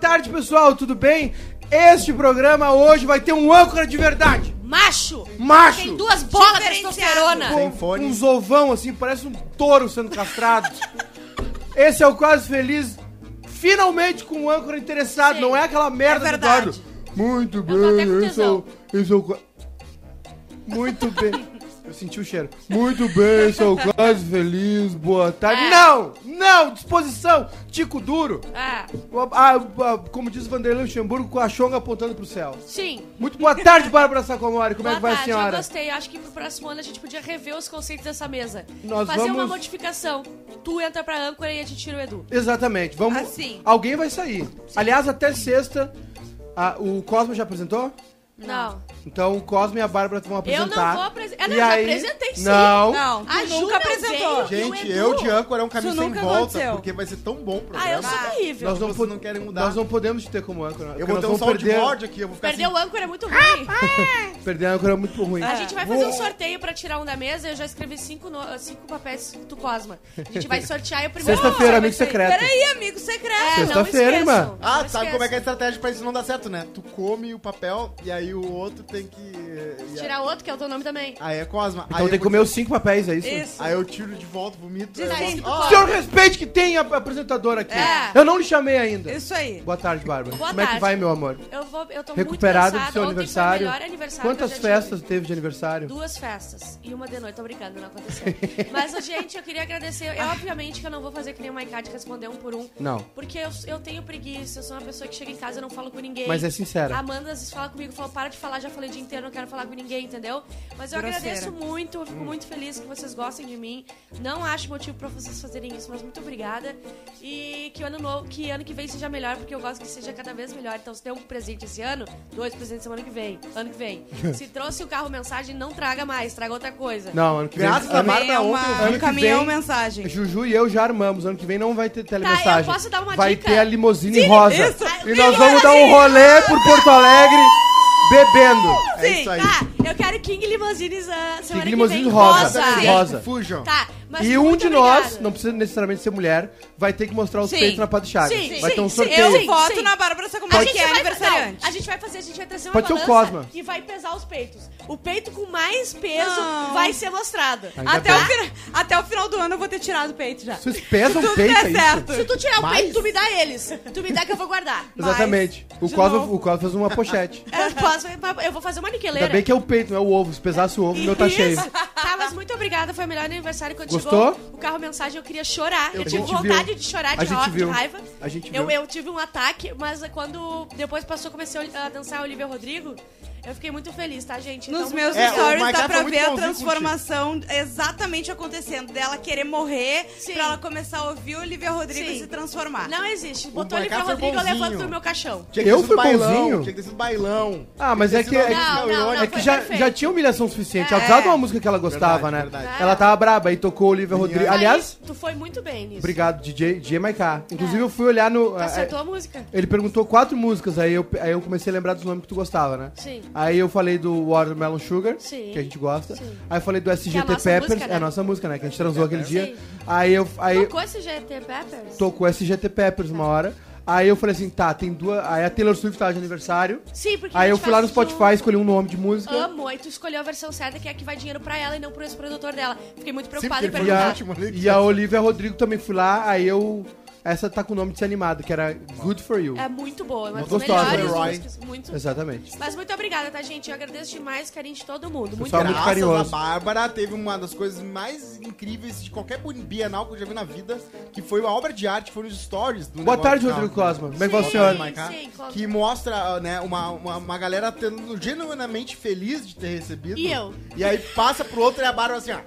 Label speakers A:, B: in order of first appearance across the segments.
A: tarde, pessoal, tudo bem? Este programa hoje vai ter um âncora de verdade.
B: Macho!
A: Macho!
B: Tem duas bolas de
C: Diferenciado.
B: testosterona.
A: Com,
D: Sem fone.
A: com uns ovão assim, parece um touro sendo castrado. Esse é o Quase Feliz, finalmente com um âncora interessado,
B: Sim.
A: não é aquela merda
B: É
A: do
B: verdade.
A: Eduardo.
D: Muito bem,
B: tô até
A: é
B: com
D: eu
B: tesão.
D: sou, eu sou. qua-
A: Muito bem. Eu senti o cheiro.
D: Muito bem,
A: é
D: sou quase feliz, boa
A: Tá,
B: É.
D: tarde.
A: Não! Não! Disposição! Tico duro!
B: Ah,
A: Ah, ah, como diz Vanderlei Luxemburgo, com a chonga apontando pro céu.
B: sim.
A: Muito boa tarde, Bárbara Sacomori. Como é
B: Boa
A: que vai a
B: tarde, eu
A: senhora?
B: gostei. Acho que pro próximo ano a gente podia rever os conceitos dessa mesa.
A: Nós
B: Fazer uma
A: vamos-
B: modificação. Tu entra pra âncora e a gente tira o Edu.
A: Exatamente. Vamos.
C: Assim.
A: Alguém vai sair. Aliás, até sexta. a- o Cosmo já apresentou?
B: Não.
A: Então o Cosmo e a Bárbara vão
B: Eu
A: apresentar.
B: não vou apresentar. Ah, não,
A: E
B: eu já
A: aí-
B: apresentei sim.
A: Não.
C: Não,
B: A
C: tu
B: Ju
C: nunca
B: não veio.
C: apresentou.
D: Gente,
B: E o
D: eu
B: Edu?
D: de âncora é um caminho
C: Isso
D: sem
C: nunca
D: volta,
C: aconteceu.
D: porque vai ser tão bom o
B: Ah, eu
D: programa.
B: sou terrível.
A: Nós não,
D: Vocês
A: pod-
D: não querem mudar.
A: nós não podemos te ter como âncora.
D: eu
A: porque
D: vou
A: nós
D: ter um
A: vamos perder,
D: soundboard aqui, eu vou ficar
B: Perder
D: assim,
B: o âncora é muito ruim.
A: perder a âncora é muito ruim.
B: A gente vai fazer um
D: Vou-
B: sorteio pra tirar um da mesa. Eu já escrevi cinco, no- cinco papéis do Cosma. A gente vai sortear e o primeiro.
A: Sexta-feira,
B: vai
A: amigo
B: sair.
A: secreto.
C: Peraí, amigo secreto.
B: É, não
A: Sexta-feira,
B: esqueçam.
A: irmã.
B: Não
D: Ah, sabe
B: esqueçam.
D: como é que é a estratégia pra isso não dar certo, né? Tu come o papel e aí o outro tem que. e- e-
B: Tirar outro, que é o teu nome também.
D: Aí é Cosma.
A: Então
D: aí eu
A: tem que
D: vou-
A: comer os cinco papéis, é isso?
C: Isso.
D: Aí eu tiro de volta, vomito.
C: Diz
B: Ah,
D: aí eu
C: aí.
D: volto.
A: O senhor respeite que tem a a apresentadora aqui.
C: É.
A: Eu não lhe chamei ainda.
C: Isso aí.
A: Boa tarde, Bárbara.
B: Boa
A: Como é que
B: tarde.
A: vai, meu amor?
B: Eu, vou, eu tô
A: Recuperado
B: muito
A: do
B: cansada.
A: seu
B: Ontem
A: aniversário.
B: Foi o melhor aniversário
A: Quantas
B: que eu já
A: festas
B: tive.
A: teve de aniversário?
B: Duas festas e uma de noite, tô brincando, não aconteceu. Mas, ô, gente, eu queria agradecer. É, obviamente que eu não vou fazer que nem o Maiká de responder um por um.
A: Não.
B: Porque eu, eu tenho preguiça, eu sou uma pessoa que chega em casa e não falo com ninguém.
A: Mas é sincera.
B: A Amanda às vezes fala comigo, falou, para de falar, já falei o dia inteiro, não quero falar com ninguém, entendeu? Mas eu
C: Grosseira.
B: agradeço muito, eu fico muito feliz que vocês gostem de mim. Não acho motivo pra vocês fazerem isso, mas muito obrigada. E que o ano novo, que ano que vem seja melhor, porque eu gosto que seja cada vez melhor. Então, se deu um presente esse ano, dois presentes semana que vem. Ano que vem. se trouxe o carro mensagem, não traga mais, traga outra coisa.
A: Não, ano que vem.
D: Graças a
A: ano-
D: Bárbara
C: Também é uma-
D: ontem eu
A: ano
C: um
A: que
C: caminhão
A: vem-
C: mensagem.
A: Juju e eu já armamos. Ano que vem não vai ter telemessagem.
B: Tá, eu posso dar uma
A: vai
B: dica?
A: ter a limousine rosa.
C: isso.
A: E nós vamos dar um rolê por Porto Alegre bebendo.
D: É
C: Sim,
D: isso aí.
B: Tá, eu quero King Limousines ah, semana que
A: Limousine
B: vem.
A: rosa.
D: Exatamente.
A: Rosa.
D: Fujam.
B: Tá, mas
A: e um
B: muito
A: de nós,
B: obrigada.
A: não precisa necessariamente ser mulher, vai ter que mostrar os
C: Sim.
A: peitos na patichada.
B: Sim,
A: Vai
B: sim,
A: ter um
B: sim,
D: É
A: sorteio.
C: Eu
B: Sim,
C: voto
B: sim.
C: na Bárbara Sacomori,
B: A
C: que
B: gente,
C: é
B: vai,
C: aniversariante.
B: não, a gente vai fazer, a gente vai trazer uma
A: Pode ser o
B: balança
A: Cosma.
B: e vai pesar os peitos. O peito com mais peso
C: Não.
B: vai ser mostrado.
A: Ainda
C: Até o,
A: bem.
C: fina- até o final do ano eu vou ter tirado o peito já.
A: Vocês pesam
C: Tudo
B: é
A: peito é
C: der
A: aí.
C: certo.
B: Se tu tirar o peito, tu me dá eles. Tu me dá que eu vou guardar. É,
A: Exatamente. O
C: de
A: Cosmo,
C: novo.
A: o Cosmo fez uma pochete.
B: Eu, posso- eu vou fazer uma
A: Ainda
B: niqueleira.
A: bem que é o peito, não é o ovo. Se pesasse o ovo, o meu tá cheio.
B: Tá, mas muito obrigada. Foi o melhor aniversário quando
A: Gostou?
B: chegou o carro mensagem. Eu queria chorar. Eu,
A: A
B: tive
A: gente
B: vontade
A: viu.
B: de chorar
A: A
B: de,
A: gente
B: ra- de
A: viu.
B: raiva.
A: A gente
B: eu,
A: viu.
B: eu tive um ataque, mas quando depois passou, comecei a dançar Olivia Rodrigo. Eu fiquei muito feliz, tá, gente?
C: Nos
B: Então,
C: meus
D: É, o
C: stories
D: Maiká
C: dá
D: foi
C: pra
D: muito
C: ver a
D: bonzinho
C: transformação exatamente acontecendo. Dela querer morrer
B: Sim.
C: pra ela começar a ouvir o Olivia Rodrigo
B: Sim.
C: e se transformar.
A: Ah.
B: Não existe. Botou
D: O
B: Olivia
D: Maiká foi
B: Rodrigo, eu
D: bonzinho.
B: levanto do meu caixão.
D: Tinha que
A: Eu
D: ter sido
A: fui
D: bailão,
A: bonzinho?
D: Tinha que ter sido bailão.
A: Ah, mas é
D: Tinha
A: que-
D: sido
A: é que-
D: música
B: Não, não,
D: irônica.
B: não,
A: É que já,
B: perfeito.
A: já tinha humilhação suficiente. Ela
C: É.
A: precisava uma música que ela gostava,
D: Verdade,
A: né?
D: verdade.
A: Ela tava braba e tocou Olivia
D: Menina.
A: Rodrigo.
B: Mas
A: Aliás,
B: tu foi muito bem nisso.
A: obrigado, DJ, DJ Maiká. Inclusive, eu fui olhar no.
B: Tu
A: eh,
B: acertou a música?
A: Ele perguntou quatro músicas, aí eu, aí eu comecei a lembrar dos nomes que tu gostava, né?
B: Sim.
A: Aí eu falei do Watermelon Sugar,
B: Sim.
A: que a gente gosta.
B: Sim.
A: Aí eu falei do SGT
B: Que é a nossa
A: Peppers,
B: música, né?
A: é a nossa música, né? Que a gente transou aquele dia.
B: Sim.
A: Aí eu. Aí,
B: Tocou esse GT Peppers?
A: tocou SGT Peppers uma hora. Aí eu falei assim, tá, tem duas. Aí a Taylor Swift tava de aniversário.
B: Sim, porque a
A: aí eu
B: gente
A: fui lá
B: faz
A: no Spotify, escolhi um nome de música.
B: junto. Amo, e tu escolheu a versão certa que é a que vai dinheiro pra ela e não pro esse produtor dela. Fiquei muito preocupada em
D: Sempre que
A: E
D: ele
A: a,
B: perguntar.
D: último ali.
A: e a Olivia Rodrigo também fui lá, aí eu. Essa tá com o nome de ser animado, que era Good for You.
B: É muito boa, é uma das
A: Gostosa, né?
B: melhores
D: Leroy.
B: músicas. Muito.
A: Exatamente.
B: Mas muito obrigada, tá, gente? Eu agradeço demais o carinho de todo mundo. Muito
A: Pessoal,
B: obrigada.
A: muito
D: Graças
A: carinhoso.
D: a Bárbara teve uma das coisas mais incríveis de qualquer bienal que eu já vi na vida, que foi uma obra de arte, foram os stories do
A: Boa
D: negócio
A: tarde,
D: que
A: Rodrigo
D: tava-
A: Cosma. Como é que vai o
B: Sim,
A: senhor?
D: Maiká,
B: sim, Cosma.
D: que mostra né, uma, uma, uma galera tendo genuinamente feliz de ter recebido.
B: E eu?
D: E aí passa pro outro e a Bárbara assim, ó.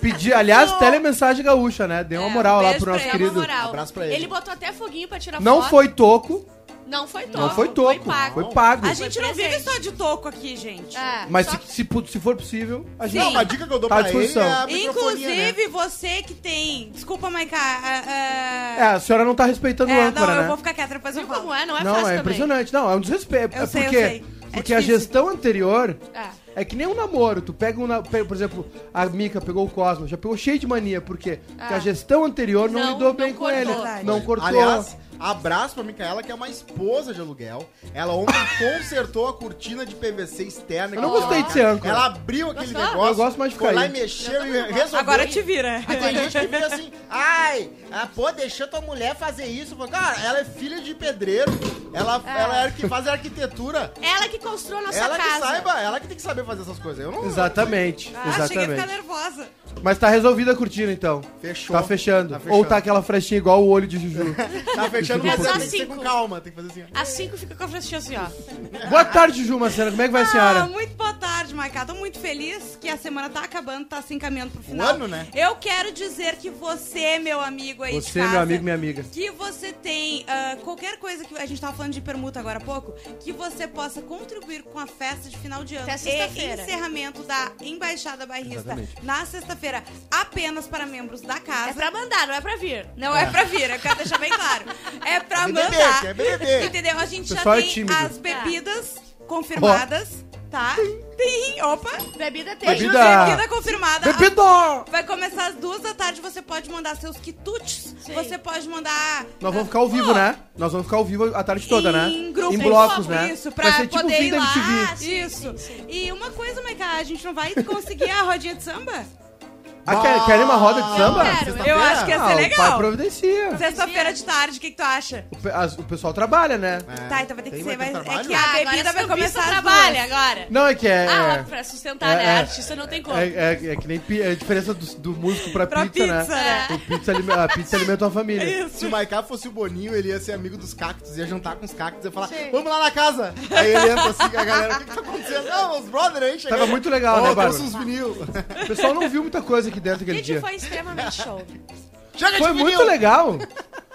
A: Pedi, aliás, telemensagem gaúcha, né? Deu uma
C: É,
A: moral
C: um
A: lá
C: beijo
A: pro nosso
C: pra
B: É
C: ela,
A: querido.
B: uma moral.
D: Abraço pra ele.
B: Ele botou até foguinho pra tirar
A: Não
B: foto.
A: foi toco,
B: Não foi toco.
A: não foi toco.
B: pago.
A: Foi pago.
C: A gente não
B: presente.
C: vive só de toco aqui, gente.
B: É,
A: Mas
B: só
A: se, se, pu- se for possível, a gente.
D: Não, uma dica que eu dou
A: Tá à
D: pra ele é
A: disposição.
D: a microfonia, né?
C: Inclusive, você que tem. Desculpa, Maiká.
A: É,
C: É,
A: a senhora não tá respeitando o
C: é,
A: âncora,
C: não,
A: né?
C: eu vou ficar quieta, depois eu
B: Viu como
C: falo.
B: é? Não é
A: Não,
B: fácil
A: é
B: também.
A: impressionante. Não, é um desrespeito.
C: Eu
A: é
C: sei, eu
A: porque,
C: sei. É
A: porque a
C: difícil.
A: gestão anterior
B: É.
A: É que nem um namoro. Tu pega um. na- pe- Por exemplo, a Mica pegou o Cosmo, já pegou cheio de mania. Por quê? Porque
B: Ah.
A: a gestão anterior não,
B: Não,
A: lidou
B: não
A: bem com
B: cortou.
A: ele.
C: Verdade.
A: Não cortou.
D: Aliás, abraço pra Micaela, que é uma esposa de aluguel. Ela ontem consertou a cortina de PVC externa.
A: Eu não
D: que
A: gostei
D: tinha,
A: de
D: cara.
A: ser âncora.
D: Ela abriu aquele
B: Gostou?
D: negócio.
A: Eu gosto mais de
D: foi
A: ficar
D: lá e
A: aí.
D: mexeu e
B: é?
D: resolveu.
C: Agora te vira.
D: Aí tem gente que fica assim, ai, ah, pô, deixou tua mulher fazer isso. Pô, Cara, ela é filha de pedreiro, ela, ela é a que faz arquitetura.
B: Ela que construiu a nossa
D: ela
B: casa.
D: que saiba, ela que tem que saber fazer essas coisas. Eu não.
A: Exatamente.
C: Ah, cheguei a ficar
A: exatamente.
C: nervosa.
A: Mas tá resolvida a cortina, então.
D: Fechou.
A: Tá fechando.
D: Tá fechando.
A: Ou tá aquela frestinha igual o olho de Juju.
D: Tá
A: É
D: fechando, mas
B: Mas
D: tem
B: só
D: que ser
B: cinco.
D: com calma, tem que fazer assim. ó.
B: Às 5 fica com a frestinha assim, ó.
A: Boa tarde, Juju Marcena. Como é que vai a
C: Ah,
A: senhora?
C: muito boa tarde, Maiká. Tô muito feliz que a semana tá acabando, tá se encaminhando pro final.
D: ano, né?
C: Eu quero dizer que você, meu amigo aí de
A: Você,
C: casa,
A: meu amigo, minha amiga.
C: que você tem ah, qualquer coisa que a gente tava falando de permuta agora há pouco, que você possa contribuir com a festa de final de ano
B: Até
C: e
B: sexta-feira.
C: encerramento da Embaixada Bairrista
A: Exatamente.
C: na sexta-feira, apenas para membros da casa.
B: É pra mandar, não é pra vir.
C: Não é pra vir, eu quero deixar bem claro. É pra
D: É beber,
C: mandar.
D: é beber.
C: Entendeu? A gente já
A: Pessoal é
C: tem
A: tímido.
C: as bebidas
D: Tá.
C: confirmadas, tá? Tem, opa.
B: Bebida tem.
A: Bebida.
C: Bebida confirmada.
A: Bebido!
C: Vai começar às duas da tarde, você pode mandar seus quitutes,
B: Sim.
C: você pode mandar...
A: Nós vamos ficar ao vivo,
C: Pô,
A: né? Nós vamos ficar ao vivo a tarde toda, né?
C: Em grupos,
A: Em blocos, né?
C: Isso, pra
A: Vai ser tipo o
C: poder
A: fim
C: ir
A: da
C: lá.
A: MTV.
B: sim,
C: Isso.
B: sim, sim.
C: E uma coisa, Maica, a gente não vai conseguir a rodinha de samba?
A: Ah, quer, querem uma roda de
D: Eu
A: samba?
B: quero,
A: Sexta-feira?
C: Eu acho que é ia ser
A: Ah, O pai
C: legal.
A: providencia.
C: Sexta-feira de tarde, o que, que tu acha?
A: O, pe- as- o pessoal trabalha, né?
C: Tá, então vai ter que
D: É, Tem-
C: ser.
D: vai ter
C: vai- é
D: trabalho?
C: que
B: Ah,
C: a
B: agora
C: bebida
B: esse
C: vai
B: campista
C: começar às duas.
B: trabalha agora.
A: Não, é que é...
B: Ah,
A: é-
B: óbvio, pra sustentar, né?
A: É, é.
B: Artista não tem como.
A: É, é- é que nem pi- é a diferença do, do músico pra,
C: Pra
A: pizza,
C: pizza,
A: né?
C: né?
A: O pizza, alime- a pizza alimenta a família.
D: Se o Maiká fosse o Boninho, ele ia ser amigo dos cactos, ia jantar com os cactos, ia falar, vamos lá na casa. Aí ele entra assim com a galera, o que, que tá acontecendo? Não, os brothers aí chegaram.
A: Tava muito legal, né, Bárbara?
D: trouxe uns vinil.
A: O pessoal não viu muita coisa aqui dentro aquele
B: Gente,
A: dia.
B: foi tipo extremamente show.
D: Chega de
A: Foi
D: vinil.
A: muito legal.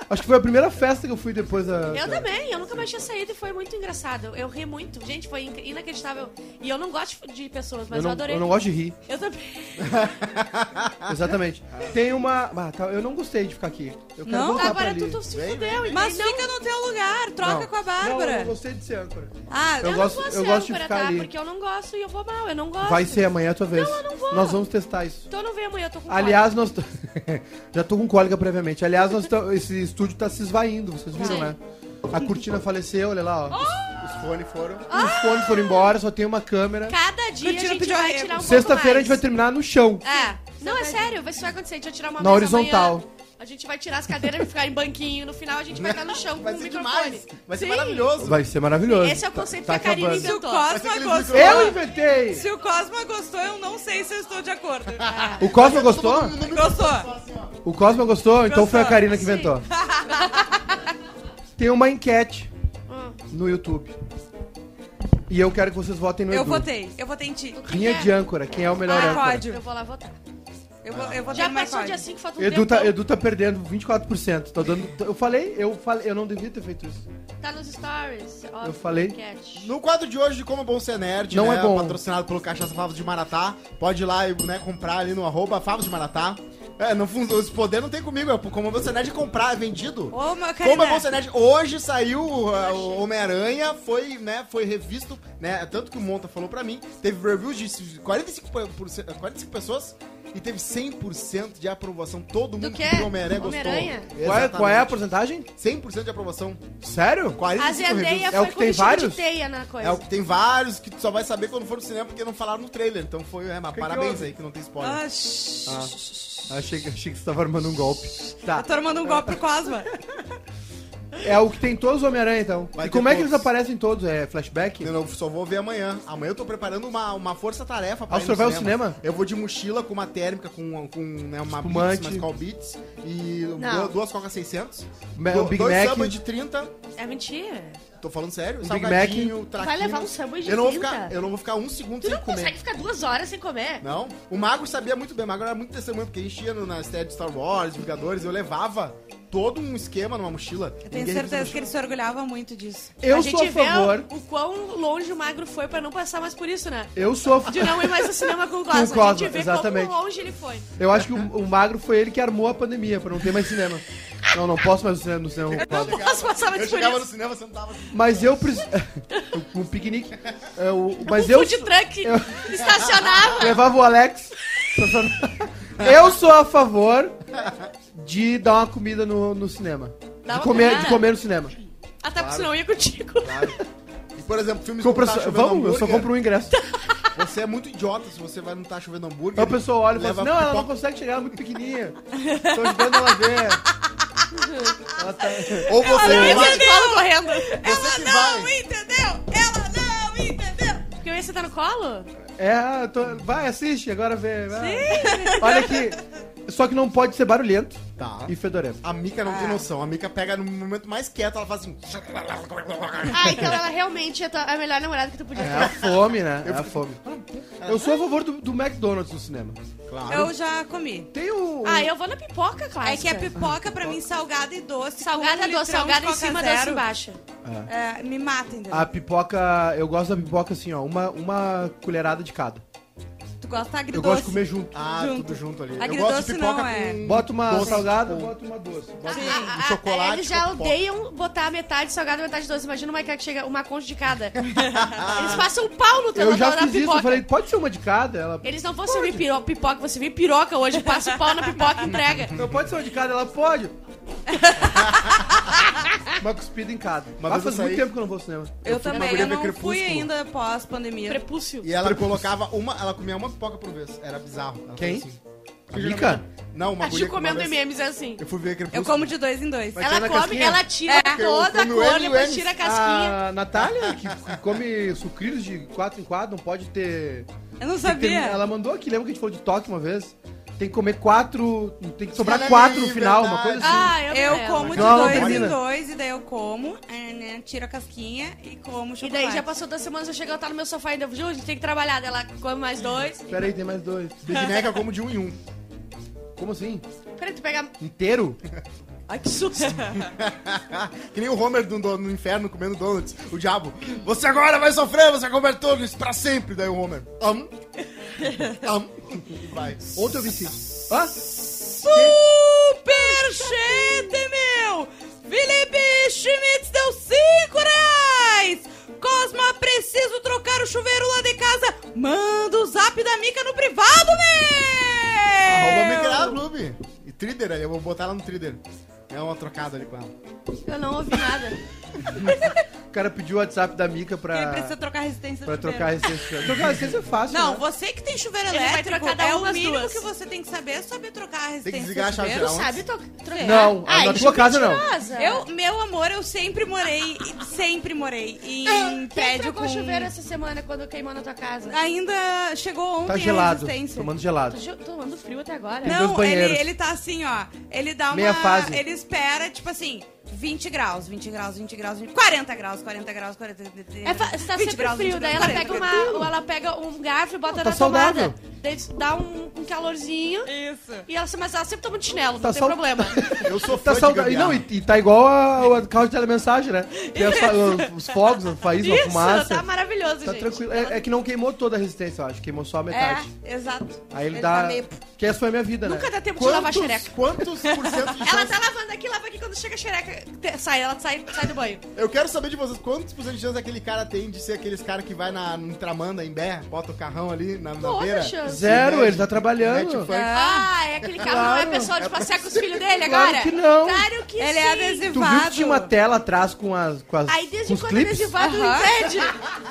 A: Acho que foi a primeira festa que eu fui depois da...
B: Eu
A: da-
B: também, eu nunca mais tinha saído e foi muito engraçado. Eu ri muito. Gente, foi inc- inacreditável. E eu não gosto de pessoas, mas eu,
A: eu, não,
B: adorei. Ah.
A: eu não gosto de rir.
B: Eu também.
A: Exatamente. Tem uma... Ah, tá, eu não gostei de ficar aqui. Eu quero
C: Não?
A: voltar pra
B: Agora
A: ali.
B: tu, tu se
D: Vem,
B: fudeu.
D: vem.
C: Mas
B: e não-
C: fica no teu lugar, troca
A: Não.
C: com
A: Não,
C: a
A: eu
C: Bárbara.
A: não gostei de ser âncora.
C: ah,
A: Eu
B: Eu
A: gosto-
B: não vou ser
A: eu gosto de
B: âncora,
A: ficar
B: tá?
A: ali.
B: Porque eu não gosto e eu vou mal, eu não gosto.
A: Vai ser amanhã a tua vez.
B: Não, eu não vou.
A: Nós vamos testar isso.
B: Então não vem amanhã, eu tô com
A: Aliás, nós. t- Já tô com cólica previamente. Aliás, nós tam- esse estúdio tá se esvaindo, vocês viram,
B: Sim.
A: né? A cortina faleceu, olha lá, ó.
D: Os fones foram...
B: Ah,
A: Os fones foram embora, só tem uma câmera.
B: Cada dia
C: Curtindo
B: a gente
C: pedir
B: vai
C: arrego.
B: tirar um pouco
A: Sexta-feira a gente vai
B: mais.
A: terminar no chão.
B: É. Não, é sério, vai- isso vai acontecer. A gente vai tirar uma
A: Na
B: mesa
A: horizontal.
B: amanhã, A gente vai tirar as cadeiras e ficar em banquinho. No final a gente vai estar no chão
D: Vai
B: com o
D: ser
B: microfone.
D: demais. Vai ser
B: Sim.
D: maravilhoso.
A: Vai ser maravilhoso.
B: Esse é o conceito
A: Tá-
B: que a Karine
A: acabando.
C: se o
B: inventou.
D: ser
C: Cosma
D: aqueles
C: gostou...
A: Eu inventei!
C: Se o Cosma gostou, eu não sei se eu estou de acordo.
A: O Cosma gostou?
C: Gostou?
A: O Cosma gostou? Então foi a
C: Gostou.
A: Karina que
B: Sim.
A: inventou. Tem uma enquete
B: Hum.
A: no YouTube. E eu quero que vocês votem no
C: Eu
A: Edu.
C: votei. Eu votei em ti.
B: O que
A: Rinha
B: que é?
A: de âncora, quem é o melhor
C: Ah,
A: âncora?
C: pode.
B: Eu vou lá votar.
C: Eu, vo- eu votei
B: Já
C: no
B: passou
C: Marconi.
B: dia 5, falta um
A: Edu tá,
B: tempão.
A: Edu tá perdendo 24%. Tá dando, eu falei, eu falei, eu não devia ter feito isso.
B: Tá nos stories. Ó,
A: Eu falei.
B: Cat.
D: No quadro de hoje de Como é Bom Ser Nerd,
A: Não
D: né,
A: é bom.
D: patrocinado pelo Cachaça Favos de Maratá, pode ir lá e né, comprar ali no arroba Favos de Maratá. É, não, fun- esse poder não tem comigo, é como é Bom Ser Nerd é comprar, é vendido.
C: Ô, meu
D: Como é
C: Karina,
D: bom ser nerd, hoje saiu uh, o Homem-Aranha, foi, né, foi revisto, né, tanto que o Monta falou pra mim, teve reviews de 45, por- por cento- 45 pessoas e teve 100% de aprovação, todo mundo
B: quê?
D: viu o Homem-Aranha gostou.
B: Homem-Aranha?
A: Qual é, qual é a
D: Exatamente.
A: porcentagem?
D: 100% de aprovação,
A: Sério?
D: 45
B: A Zendaya
D: reviews.
A: É o
B: foi
A: que
B: com
A: tem
B: vestido
A: vários?
B: de teia na coisa.
D: É o que tem vários que tu só vai saber quando for no cinema porque não falaram no trailer. Então foi, é, mas
A: Que que
D: parabéns
A: houve?
D: aí que não tem spoiler.
C: Ah, shh, shh, shh, shh.
A: Achei, que- achei que você tava armando um golpe. Tá.
C: Eu tô armando um golpe pro Cosma.
A: É o que tem todos os Homem-Aranha, então.
D: Vai
A: e
D: ter
A: como é que
D: todos.
A: eles aparecem todos? É flashback?
D: Eu não- só vou ver amanhã. Amanhã eu tô preparando uma, uma força-tarefa pra
A: Ah, o
D: ir
A: senhor
D: no
A: vai ao
D: cinema.
A: cinema?
D: Eu vou de mochila com uma térmica, com, com né, uma
A: Espumante.
D: Beats, uma Skull Beats e
B: Não.
D: duas, duas Coca 600.
A: Me-
D: do-
A: um Big
D: dois
A: Mac.
D: samba de 30.
B: É mentira.
D: Tô falando sério.
A: Big
D: salgadinho,
B: Vai levar um
D: traquinas.
B: samba de
D: eu não vou
B: 30?
D: ficar Eu não vou ficar um segundo
B: Tu
D: sem
B: não
D: comer.
B: consegue ficar duas horas sem comer?
D: Não, o Magro sabia muito bem. O Magro era muito testemunha, porque a gente ia no- na estreia de Star Wars, Vingadores, eu levava todo um esquema numa mochila.
C: Eu tenho
D: Ninguém
C: certeza que
D: revisa
C: ele se orgulhava muito disso.
A: Eu
B: a
A: sou a
B: gente vê
A: favor.
B: o quão longe o magro foi pra não passar mais por isso, né?
A: Eu sou a fa-
B: De não ir mais ao cinema com o
A: o
B: Cosma. a
A: Cosma,
B: gente vê
A: exatamente.
B: como longe ele foi.
A: Eu acho que o, o Magro foi ele que armou a pandemia pra não ter mais cinema. Não, não posso mais no cinema. No cinema não posso.
B: Não posso passar mais
D: Eu
B: por
D: chegava no
B: isso.
D: cinema, sentava assim.
A: Mas eu preciso. um piquenique. É, o- Mas
B: Um
A: eu.
B: food truck estacionava.
A: Levava o Alex. Eu sou a favor de dar uma comida no, no cinema.
B: Dá
A: De
B: uma
A: comer,
B: comida?
A: de comer no cinema.
B: Até Ah, tá, porque senão eu ia contigo.
D: Claro. E, por exemplo, filmes
A: Compra
D: que não
A: só-
D: tá chovendo
A: vamos, eu só
D: hambúrguer,
A: compro um ingresso.
D: Você é muito idiota se você vai não tá chovendo hambúrguer.
A: Aí o pessoal olha e fala
D: Leva
A: assim, não, ela não
D: pipoca.
A: consegue chegar, ela é muito pequenininha. Tô ajudando ela a ver. Ela tá...
D: Ou você
B: Eu ia
D: vai-
B: sair do colo correndo.
D: Você que
C: Ela não
D: vai.
C: entendeu! Ela não entendeu!
B: Porque eu ia sentar no colo?
A: É, eu tô... vai, assiste, agora vê. vai. Olha aqui, só que não pode ser barulhento
D: Tá.
A: e fedorento.
D: A Mica não
C: Ah.
D: tem noção. A Mica pega no momento mais quieto, ela faz assim.
B: Ah, então ela realmente é a tua- a melhor namorada que tu podia
A: É
B: ter.
A: a fome, né? É a fome. Eu sou a favor do, do McDonald's no cinema.
D: Claro.
C: Eu já comi.
A: Tem um...
B: Ah, eu vou na pipoca, clássica.
C: É que a pipoca, pra mim, salgada e doce. com
B: Salgada
C: um
B: doce,
C: litrão
B: salgada
C: de
B: em cima,
C: Coca
B: doce
C: Zero,
B: embaixo.
C: é, me mata, entendeu?
A: A pipoca, eu gosto da pipoca assim, ó, uma, uma colherada de cada.
C: Tu gosta
A: Eu
C: agridoce.
A: gosto de comer junto.
D: Ah,
C: Junto.
D: tudo junto ali. Eu
C: Agridoce
D: gosto de pipoca
C: não, é.
D: com...
A: Bota uma
D: Doce. Então.
A: salgada, bota uma doce. Bota-
C: Sim.
B: Ah, ah,
D: chocolate
B: eles já
D: com pipoca.
B: odeiam botar metade salgada e metade doce. Imagina uma que chega uma concha de cada. eles passam um pau no teu
A: Eu já
B: na
A: fiz isso,
B: pipoca.
A: eu falei, pode ser uma de cada? Ela,
B: Eles não vão servir piro- pipoca, vão servir piroca hoje. Passa o pau na pipoca e entrega.
A: Não pode ser uma de cada, ela pode. uma cuspida em cada.
D: Uma
A: ah,
D: vez eu
A: faz muito
D: saí-
A: tempo que eu não vou ao cinema.
C: Eu,
D: fui com uma
C: também,
D: guria
C: eu
D: ver
C: não fui
D: Crepúsculo.
C: ainda pós-pandemia.
B: Prepúcio.
A: é
D: E ela
A: Prepúcio.
D: colocava uma... Ela comia uma pipoca por vez. Era bizarro. Ela
A: Quem?
D: fazia assim.
A: A Mica?
D: Não, uma
B: A
D: guria
B: Ju
D: que uma
B: comendo
D: vez-
B: MMs é assim.
D: Eu fui ver
C: Eu
D: Crepúsculo.
C: como de dois em dois.
A: Mas-
B: Ela
A: na
B: come,
A: casquinha?
B: ela tira
C: É,
B: toda a
D: eu fui no
B: cor, depois
D: M&M's.
B: tira a casquinha.
A: A Natália, que, que come sucrilhos de 4 em 4, não pode ter...
C: Eu não
A: ter-
C: sabia.
A: Ela mandou aqui, lembra que a gente falou de toque uma vez? Tem que comer quatro, tem que sobrar
D: Ela é
A: quatro no
D: liberdade.
A: final, uma coisa assim.
B: Ah, eu,
C: Eu
B: não.
C: como de
A: Não, não
C: dois
A: termina.
C: em dois, e daí eu como, é, né, tiro a casquinha e como
B: E
C: chocolate.
B: daí já passou duas semanas, eu cheguei, eu tava no meu sofá ainda. Ju, a gente tem que trabalhar. Daí Ela come mais dois.
A: Pera aí, tem mais dois.
D: Big Mac eu como de um em um.
A: Como assim?
B: Peraí, tu pega...
A: Inteiro?
B: Ai, que susto.
D: Que nem o Homer do, do- no inferno comendo donuts. O diabo. Você agora vai sofrer, você vai comer todos pra sempre. Daí o Homer. Am. Am. E vai.
A: Ontem eu vi sim. Hã?
C: Superchat, meu! Felipe Schmitz deu 5 reais! Cosma, preciso trocar o chuveiro lá de casa! Manda o zap da Mica no privado,
D: Arroba
C: meu!
D: Micra Clube. E Trider, eu vou botar ela no Trider. É uma trocada ali com ela.
B: Eu não ouvi nada.
A: O cara pediu o WhatsApp da Mica
C: Ele
A: pra,
C: precisa trocar a resistência
A: pra
C: do
A: trocar a
C: chuveiro.
A: resistência. Trocar a resistência é fácil,
C: Não,
A: né?
C: você que tem chuveiro
B: Ele vai
C: elétrico,
B: trocar da
C: é
B: uma
C: o
B: às
C: mínimo
B: duas.
C: que você tem que saber é saber trocar a resistência
D: desligar a
C: do
D: chave
C: chuveiro.
B: Tu
D: geral. Não.
B: sabe to- trocar?
A: Não, na
B: isso
A: tua
B: é
A: casa não.
B: mentirosa.
C: Eu, meu amor, eu sempre morei, sempre morei em
B: Quem
C: prédio
B: trocou
C: com... Ah.
B: chuveiro assim? essa semana quando queimou na tua casa?
C: Ainda chegou ontem
A: Tá
C: a
A: gelado.
C: resistência.
A: Tomando
B: Tô
A: gelado.
B: ge- Tô tomando frio até agora.
A: Tem dois
C: Não, ele,
A: banheiros.
C: ele tá assim, ó. Ele dá uma.
A: Meia fase.
C: Ele espera, tipo assim, 20 graus, 20 graus, 20 graus, 20, 40 graus, 40 graus, 40
B: É, fa- você tá
C: 20
B: sempre
C: graus,
B: frio,
C: 20
B: daí ela
C: graus,
B: pega,
C: 40
B: uma, ou ela pega um garfo e bota
A: Não, tá
B: na tomada.
A: saudável.
B: Daí dá um, um calorzinho
C: Isso.
B: e ela, se- mas ela sempre toma de chinelo,
A: Tá
B: não tem
A: sau-
B: problema.
D: Eu sou fã
A: Tá
D: de
A: saudável. E
D: gambiarra.
A: não, e, e tá igual a, a causa de telemensagem, né? Tem as fa- os, os fogos, a faísca, a
B: Isso,
A: fumaça.
B: tá maravilhoso,
A: Tá
B: gente.
A: tranquilo. É, é que não queimou toda a resistência, eu acho. Queimou só a metade.
C: É, exato.
A: Aí ele,
C: tá
A: dá.
C: meio-
A: Que essa foi a minha vida, né?
B: Nunca dá tempo de lavar a xereca.
D: Quantos, quantos por cento de
B: Ela
D: chance...
B: tá lavando aqui, lava aqui, quando chega a xereca, te- sai, ela sai, sai do banho.
D: Eu quero saber de vocês, quantos por cento de chance aquele cara tem de ser aqueles cara que vai na no Tramanda, em Bé, bota o carrão ali na, na
B: Toda
D: beira? né?
B: chance.
A: Zero,
D: Mete-
A: ele tá trabalhando.
D: mete funk.
B: Ah, é aquele carro não é
A: Claro.
B: pessoal de passear com os filhos dele
A: Claro
B: agora?
A: que não.
B: Claro que
C: Ele
B: sim.
C: é
A: Tu viu
C: adesivado.
A: que tinha uma tela atrás com as. Com as
B: Aí desde
A: com os
B: quando
A: clipes?
B: adesivado
C: Aham.
B: impede?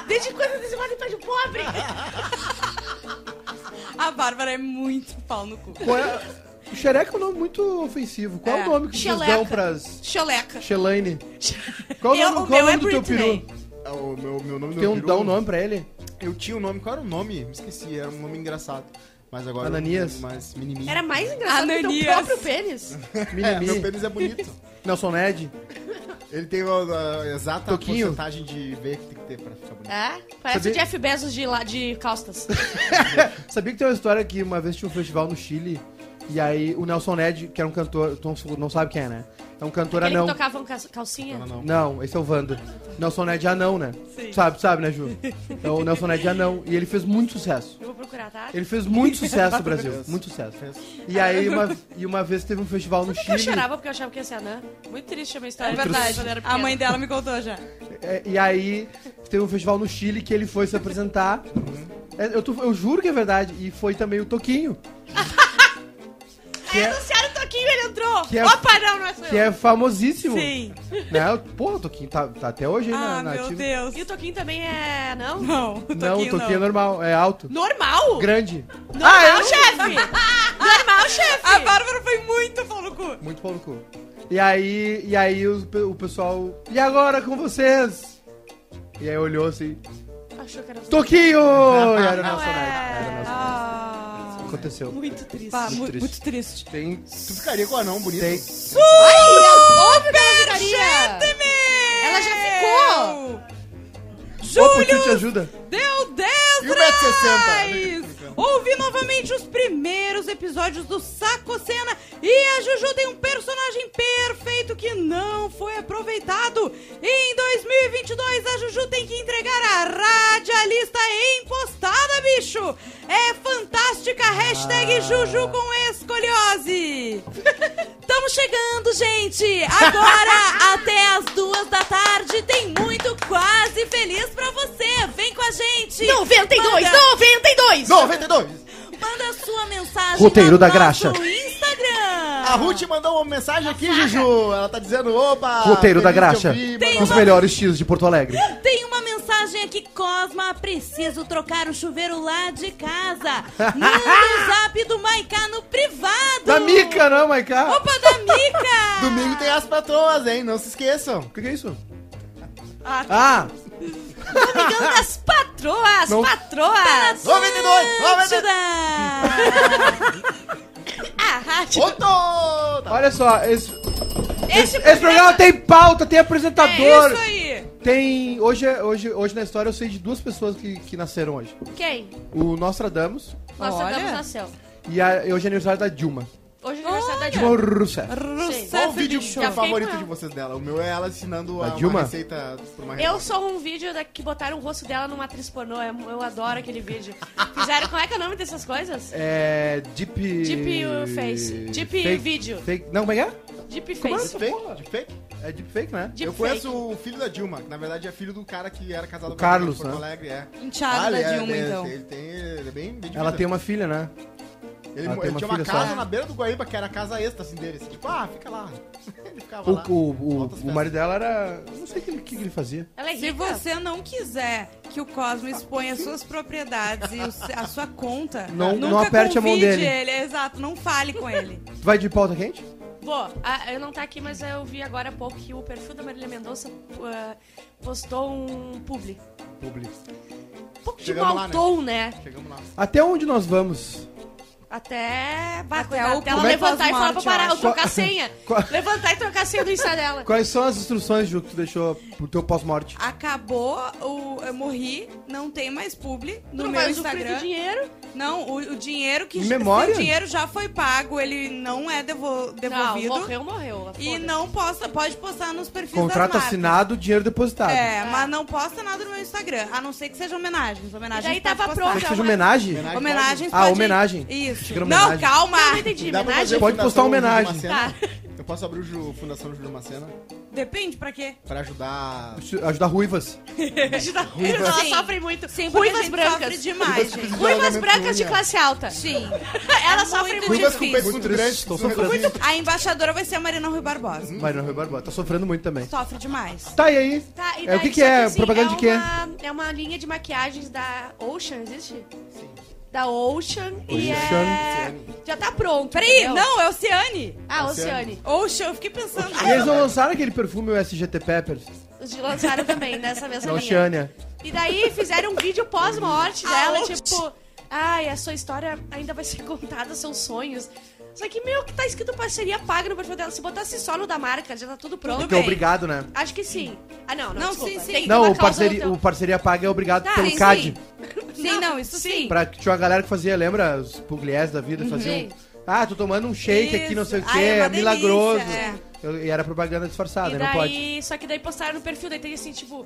B: Desde quando adesivado impede o pobre?
C: A Bárbara é muito pau no cu.
A: Qual é- O xereca é um nome muito ofensivo. Qual é,
C: É.
A: o nome que vocês
B: Xeleca.
A: dão pras.
C: Choleca.
A: Xelaine? Qual é
C: Eu-
A: o nome,
C: o
A: qual é o
C: meu é
A: nome do teu
C: Britney.
A: peru?
D: Ah, O meu, meu nome do
A: Tem um,
D: peru-
A: dá um nome pra ele?
D: Eu tinha um nome, qual era o nome? Me esqueci, era um nome engraçado. Mas agora.
A: Ananias?
D: Mas mimimi.
B: Era mais engraçado que o teu
C: Ananias.
B: próprio pênis.
D: É, meu
A: Minimi.
D: pênis é bonito.
A: Nelson Ned.
D: Ele tem a, a exata
A: Toquinho.
D: porcentagem de V que tem que ter pra ficar bonito.
B: É? Parece
A: Sabia-
B: o Jeff Bezos de, lá, de costas.
A: Sabia que tem uma história que uma vez tinha um festival no Chile e aí o Nelson Ned, que era um cantor, tu não, não sabe quem é, né? É um cantor
B: Aquele que
A: anão.
B: tocavam ca- calcinha?
D: Não, não.
A: Não, esse é o Vando. Nelson Ned é anão, né?
C: Sim.
A: Sabe, sabe, né, Ju? É o Nelson Ned é anão. E ele fez muito sucesso.
B: Eu vou procurar, tá?
A: Ele fez muito sucesso no Brasil. Muito sucesso. E aí, uma, e uma vez teve um festival no
B: Sabe que eu
A: Chile.
B: chorava porque eu achava que ia ser anã? Muito triste a minha história.
C: É verdade.
B: Quando eu era
C: A
B: pequena.
C: mãe dela me contou já.
A: É, e aí, teve um festival no Chile que ele foi se apresentar.
D: Uhum.
A: É, eu, tô- eu juro que é verdade. E foi também o Toquinho. que, é,
B: Anunciaram o Toquinho ele entrou.
A: Que é-
B: Opa, não, não é só
A: que
B: eu.
A: é
D: Tipo,
A: famosíssimo.
C: Sim.
A: Né? Porra, o Toquinho tá, tá até hoje aí na,
C: Ah,
A: na
C: meu
D: tipo,
A: ativa.
C: Deus.
B: E o Toquinho também é... Não?
C: Não, o
A: Não, o
C: Toquinho
A: Toquinho é
C: não.
A: normal, é alto.
B: Normal?
A: Grande. Ah, é
B: Normal,
A: um-
B: chefe! Normal, chefe!
C: A Bárbara foi muito pau no cu.
A: Muito pau no cu. E aí, e aí os pe- o, pessoal. E agora com vocês? E aí olhou assim.
B: Achou que era só-
A: Toquinho! E era o
B: Não
A: Nelson Ned. Era o
B: é...
A: Nelson Ned.
C: Ah,
A: Aconteceu.
B: Muito triste.
C: pá, mu-
A: triste.
C: muito triste.
A: Tem.
D: Tu ficaria com o anão bonito.
A: Tem.
C: Super
E: ficaria.
C: Ela
E: já
C: ficou!
A: Opa, o tio te
C: Júlio
A: ajuda.
C: deu 10
D: E o metro e
C: reais! Ouvi novamente os primeiros episódios do Saco Cena e a Juju tem um personagem perfeito que não foi aproveitado. Em 2022, a Juju tem que entregar a radialista empostada, bicho! É fantástica! Hashtag Juju com escoliose! Estamos chegando, gente! Agora, até as duas da tarde, tem muito quase feliz pra você! Vem com a gente!
E: 92,
C: Manda-
E: 92!
D: 92!
C: Manda sua mensagem
A: Roteiro
C: no
A: da
C: nosso
A: graxa.
C: Instagram.
B: Ah.
D: A Ruth mandou uma mensagem aqui, Juju. Ela tá dizendo, opa!
A: Roteiro da
D: feliz de
A: graxa.
D: ouvir,
C: Tem
A: Os
C: uma-
A: melhores tios de Porto Alegre.
C: Tem uma mensagem aqui, Cosma. Preciso trocar o chuveiro lá de casa. Manda o zap do Maiká no privado.
A: Da Mica, não, Maiká?
C: Opa, da Mica.
B: um
D: Domingo tem as patroas, hein? Não se esqueçam.
A: O que, que é isso? Ah!
C: Domingão das patroas.
A: Não.
C: Patroas.
D: 92, 92.
C: Atlântida.
B: Ah,
D: Outro! Tá.
A: Olha só, esse,
C: Esse,
A: esse programa tem pauta, tem apresentador.
C: isso aí.
A: Tem. Hoje, é- hoje, hoje na história eu sei de duas pessoas que, que nasceram hoje.
B: Quem?
A: O Nostradamus
B: Nossa,
C: Olha.
B: estamos na céu.
A: e a, hoje é aniversário da Dilma.
B: Hoje é aniversário da
A: Dilma
B: Dilma.
A: Rousseff.
D: Qual o
C: Rousseff,
D: vídeo
C: bicho.
B: Já é fiquei com
D: favorito
B: ela.
D: de vocês dela? O meu é ela ensinando
A: Da
D: a, uma
A: Dilma?
D: receita por uma
B: Eu sou um vídeo da, que botaram o rosto dela numa atriz pornô. é- Eu adoro aquele vídeo. Fizeram. Como é que é o nome dessas coisas?
A: É. Deep.
B: Deep, uh, face. Deep
A: fake-
B: vídeo.
A: fake- não, como é que é?
B: Deep
A: Como é?
B: Face.
D: Fake? De fake?
A: É deep fake, né?
B: Deep
D: eu
B: fake.
D: conheço o filho da Dilma, que na verdade é filho do cara que era casado
A: O Carlos,
D: com a Porto
A: né?
D: Alegre, é.
C: Enteado
D: ele
C: da
D: é-
C: Dilma,
D: ele,
C: então.
D: Ele tem. Ele é bem. bem de
A: Ela
D: vida.
A: tem uma filha, né?
D: Ele,
A: ela
D: mo-
A: tem
D: ele
A: uma
D: tinha uma
A: filha só.
D: casa na beira do Guaíba que era a casa extra, assim, dele. assim, tipo, ah, fica lá. Ele ficava
A: O,
D: lá.
A: o, o,
D: Altas
A: o marido dela era. eu Não sei o que, ele- que ele fazia.
B: Ela é
C: Se
B: rica.
C: você não quiser que o Cosmo exponha as suas propriedades e o se- a sua conta,
A: Não-
C: nunca
A: não aperte a mão
C: convide
A: dele.
C: ele, é exato, não fale com ele.
A: Tu vai de pauta quente?
B: Vou. Ah, eu não tá aqui, mas eu vi agora há pouco que o perfil da Marília Mendonça ah, postou um publi.
A: Publi.
B: Um pouco de
D: Chegamos lá,
B: mau tom, né?
D: Chegamos lá.
A: Até onde nós vamos?
B: Até. Até,
C: Até o-
B: até ela
C: como é que
B: levantar
C: faz
B: e falar pra
C: morte,
B: parar,
C: eu
B: ou
A: acho.
B: trocar a senha.
A: Qual-
B: levantar e trocar a senha do Insta dela.
A: Quais são as instruções, Ju, que tu deixou pro teu pós-morte?
C: Acabou, o, eu morri, não tem mais publi
B: Tu
C: no
B: não
C: meu
B: vai usufruir do
C: Instagram.
B: dinheiro?
C: Não, o, o dinheiro que
A: Em
C: se
A: memória?
C: o dinheiro já foi pago, ele não é devo- devolvido.
B: Não, morreu, morreu.
C: e
B: foda-se.
C: não posta, pode postar nos perfis
A: Contrato
C: das marcas.
A: assinado, dinheiro depositado.
C: É,
B: Tá.
C: mas não posta nada no meu Instagram, a não ser que sejam homenagens.
B: E
C: Homenagens
B: daí
C: pode
B: tava
C: postar.
A: Quer que
B: pronta.
A: seja homenagem?
D: Homenagem.
C: Homenagens
A: Ah,
C: pode-
A: homenagem.
C: Isso.
A: Gira
C: Não,
A: homenagem.
C: calma.
B: Não, não entendi.
D: Dá pra
B: Homenagem?
D: fazer o
A: Pode postar
D: Fundação Júlio
A: homenagem.
D: Macena?
B: Tá.
D: Eu posso abrir o Ju- Fundação Júlio Macena
C: Depende pra quê?
D: pra
B: Tá.
D: ajudar.
A: Ajudar ruivas.
B: Elas
C: Sim.
B: sofrem muito.
C: Sim, porque a
B: Ruivas
C: gente sofre
B: brancas.
C: demais, gente.
B: Ruivas
D: Isolamento
B: brancas de
D: unha.
B: classe alta.
C: Sim. É
B: Elas sofrem muito.
D: Ruivas com um
C: difícil.
D: peso
A: Muito
D: muito
A: triste,
D: grande.
A: estou
D: isso é um negócio
A: sofrendo.
C: A embaixadora vai ser a Marina Rui Barbosa.
A: Marina Rui Barbosa. Tá sofrendo muito também.
C: Sofre demais.
A: Tá, e aí?
B: Tá, e
A: é, o
B: daí,
A: que, que
B: só
A: é?
B: assim,
A: Propaganda de quê?
B: uma- é uma linha de maquiagens da Ocean, existe? Sim. Da Ocean. E é... Já tá pronto.
C: Peraí,
B: entendeu?
C: não, é Oceane.
B: Ah,
D: Oceane.
B: Oceane.
C: Oxa, eu fiquei pensando.
A: E eles não lançaram aquele perfume, o SGT Peppers?
B: Os de lançaram também nessa mesma
A: Não,
B: linha.
A: Xânia.
B: E daí fizeram um vídeo pós-morte
C: Ah,
B: dela,
C: out.
B: tipo... Ai, a sua história ainda vai ser contada, seus sonhos. Só que, meu, que tá escrito parceria paga no perfil dela. Se botasse só no da marca, já tá tudo pronto.
A: Porque é obrigado, né?
B: Acho que sim. Ah, não, não,
C: Não,
B: desculpa.
C: sim, sim.
B: Tem que ter
A: Não,
B: uma então.
A: o
B: cláusula no
A: parceria,
B: teu-
A: o parceria paga é obrigado
C: Tá,
A: pelo
C: sim,
A: CAD.
C: sim. Sim, não, isso sim.
A: Pra, tinha uma galera que fazia, lembra? Os pugliés da vida faziam.
B: Sim.
A: Ah, tô tomando um shake aqui, não sei o
C: Isso.
A: quê,
C: Ai, é uma delícia,
A: milagroso.
C: é.
A: Eu- e era propaganda disfarçada,
B: e
A: não pode.
B: daí, só que daí postaram no perfil, daí tem assim, tipo,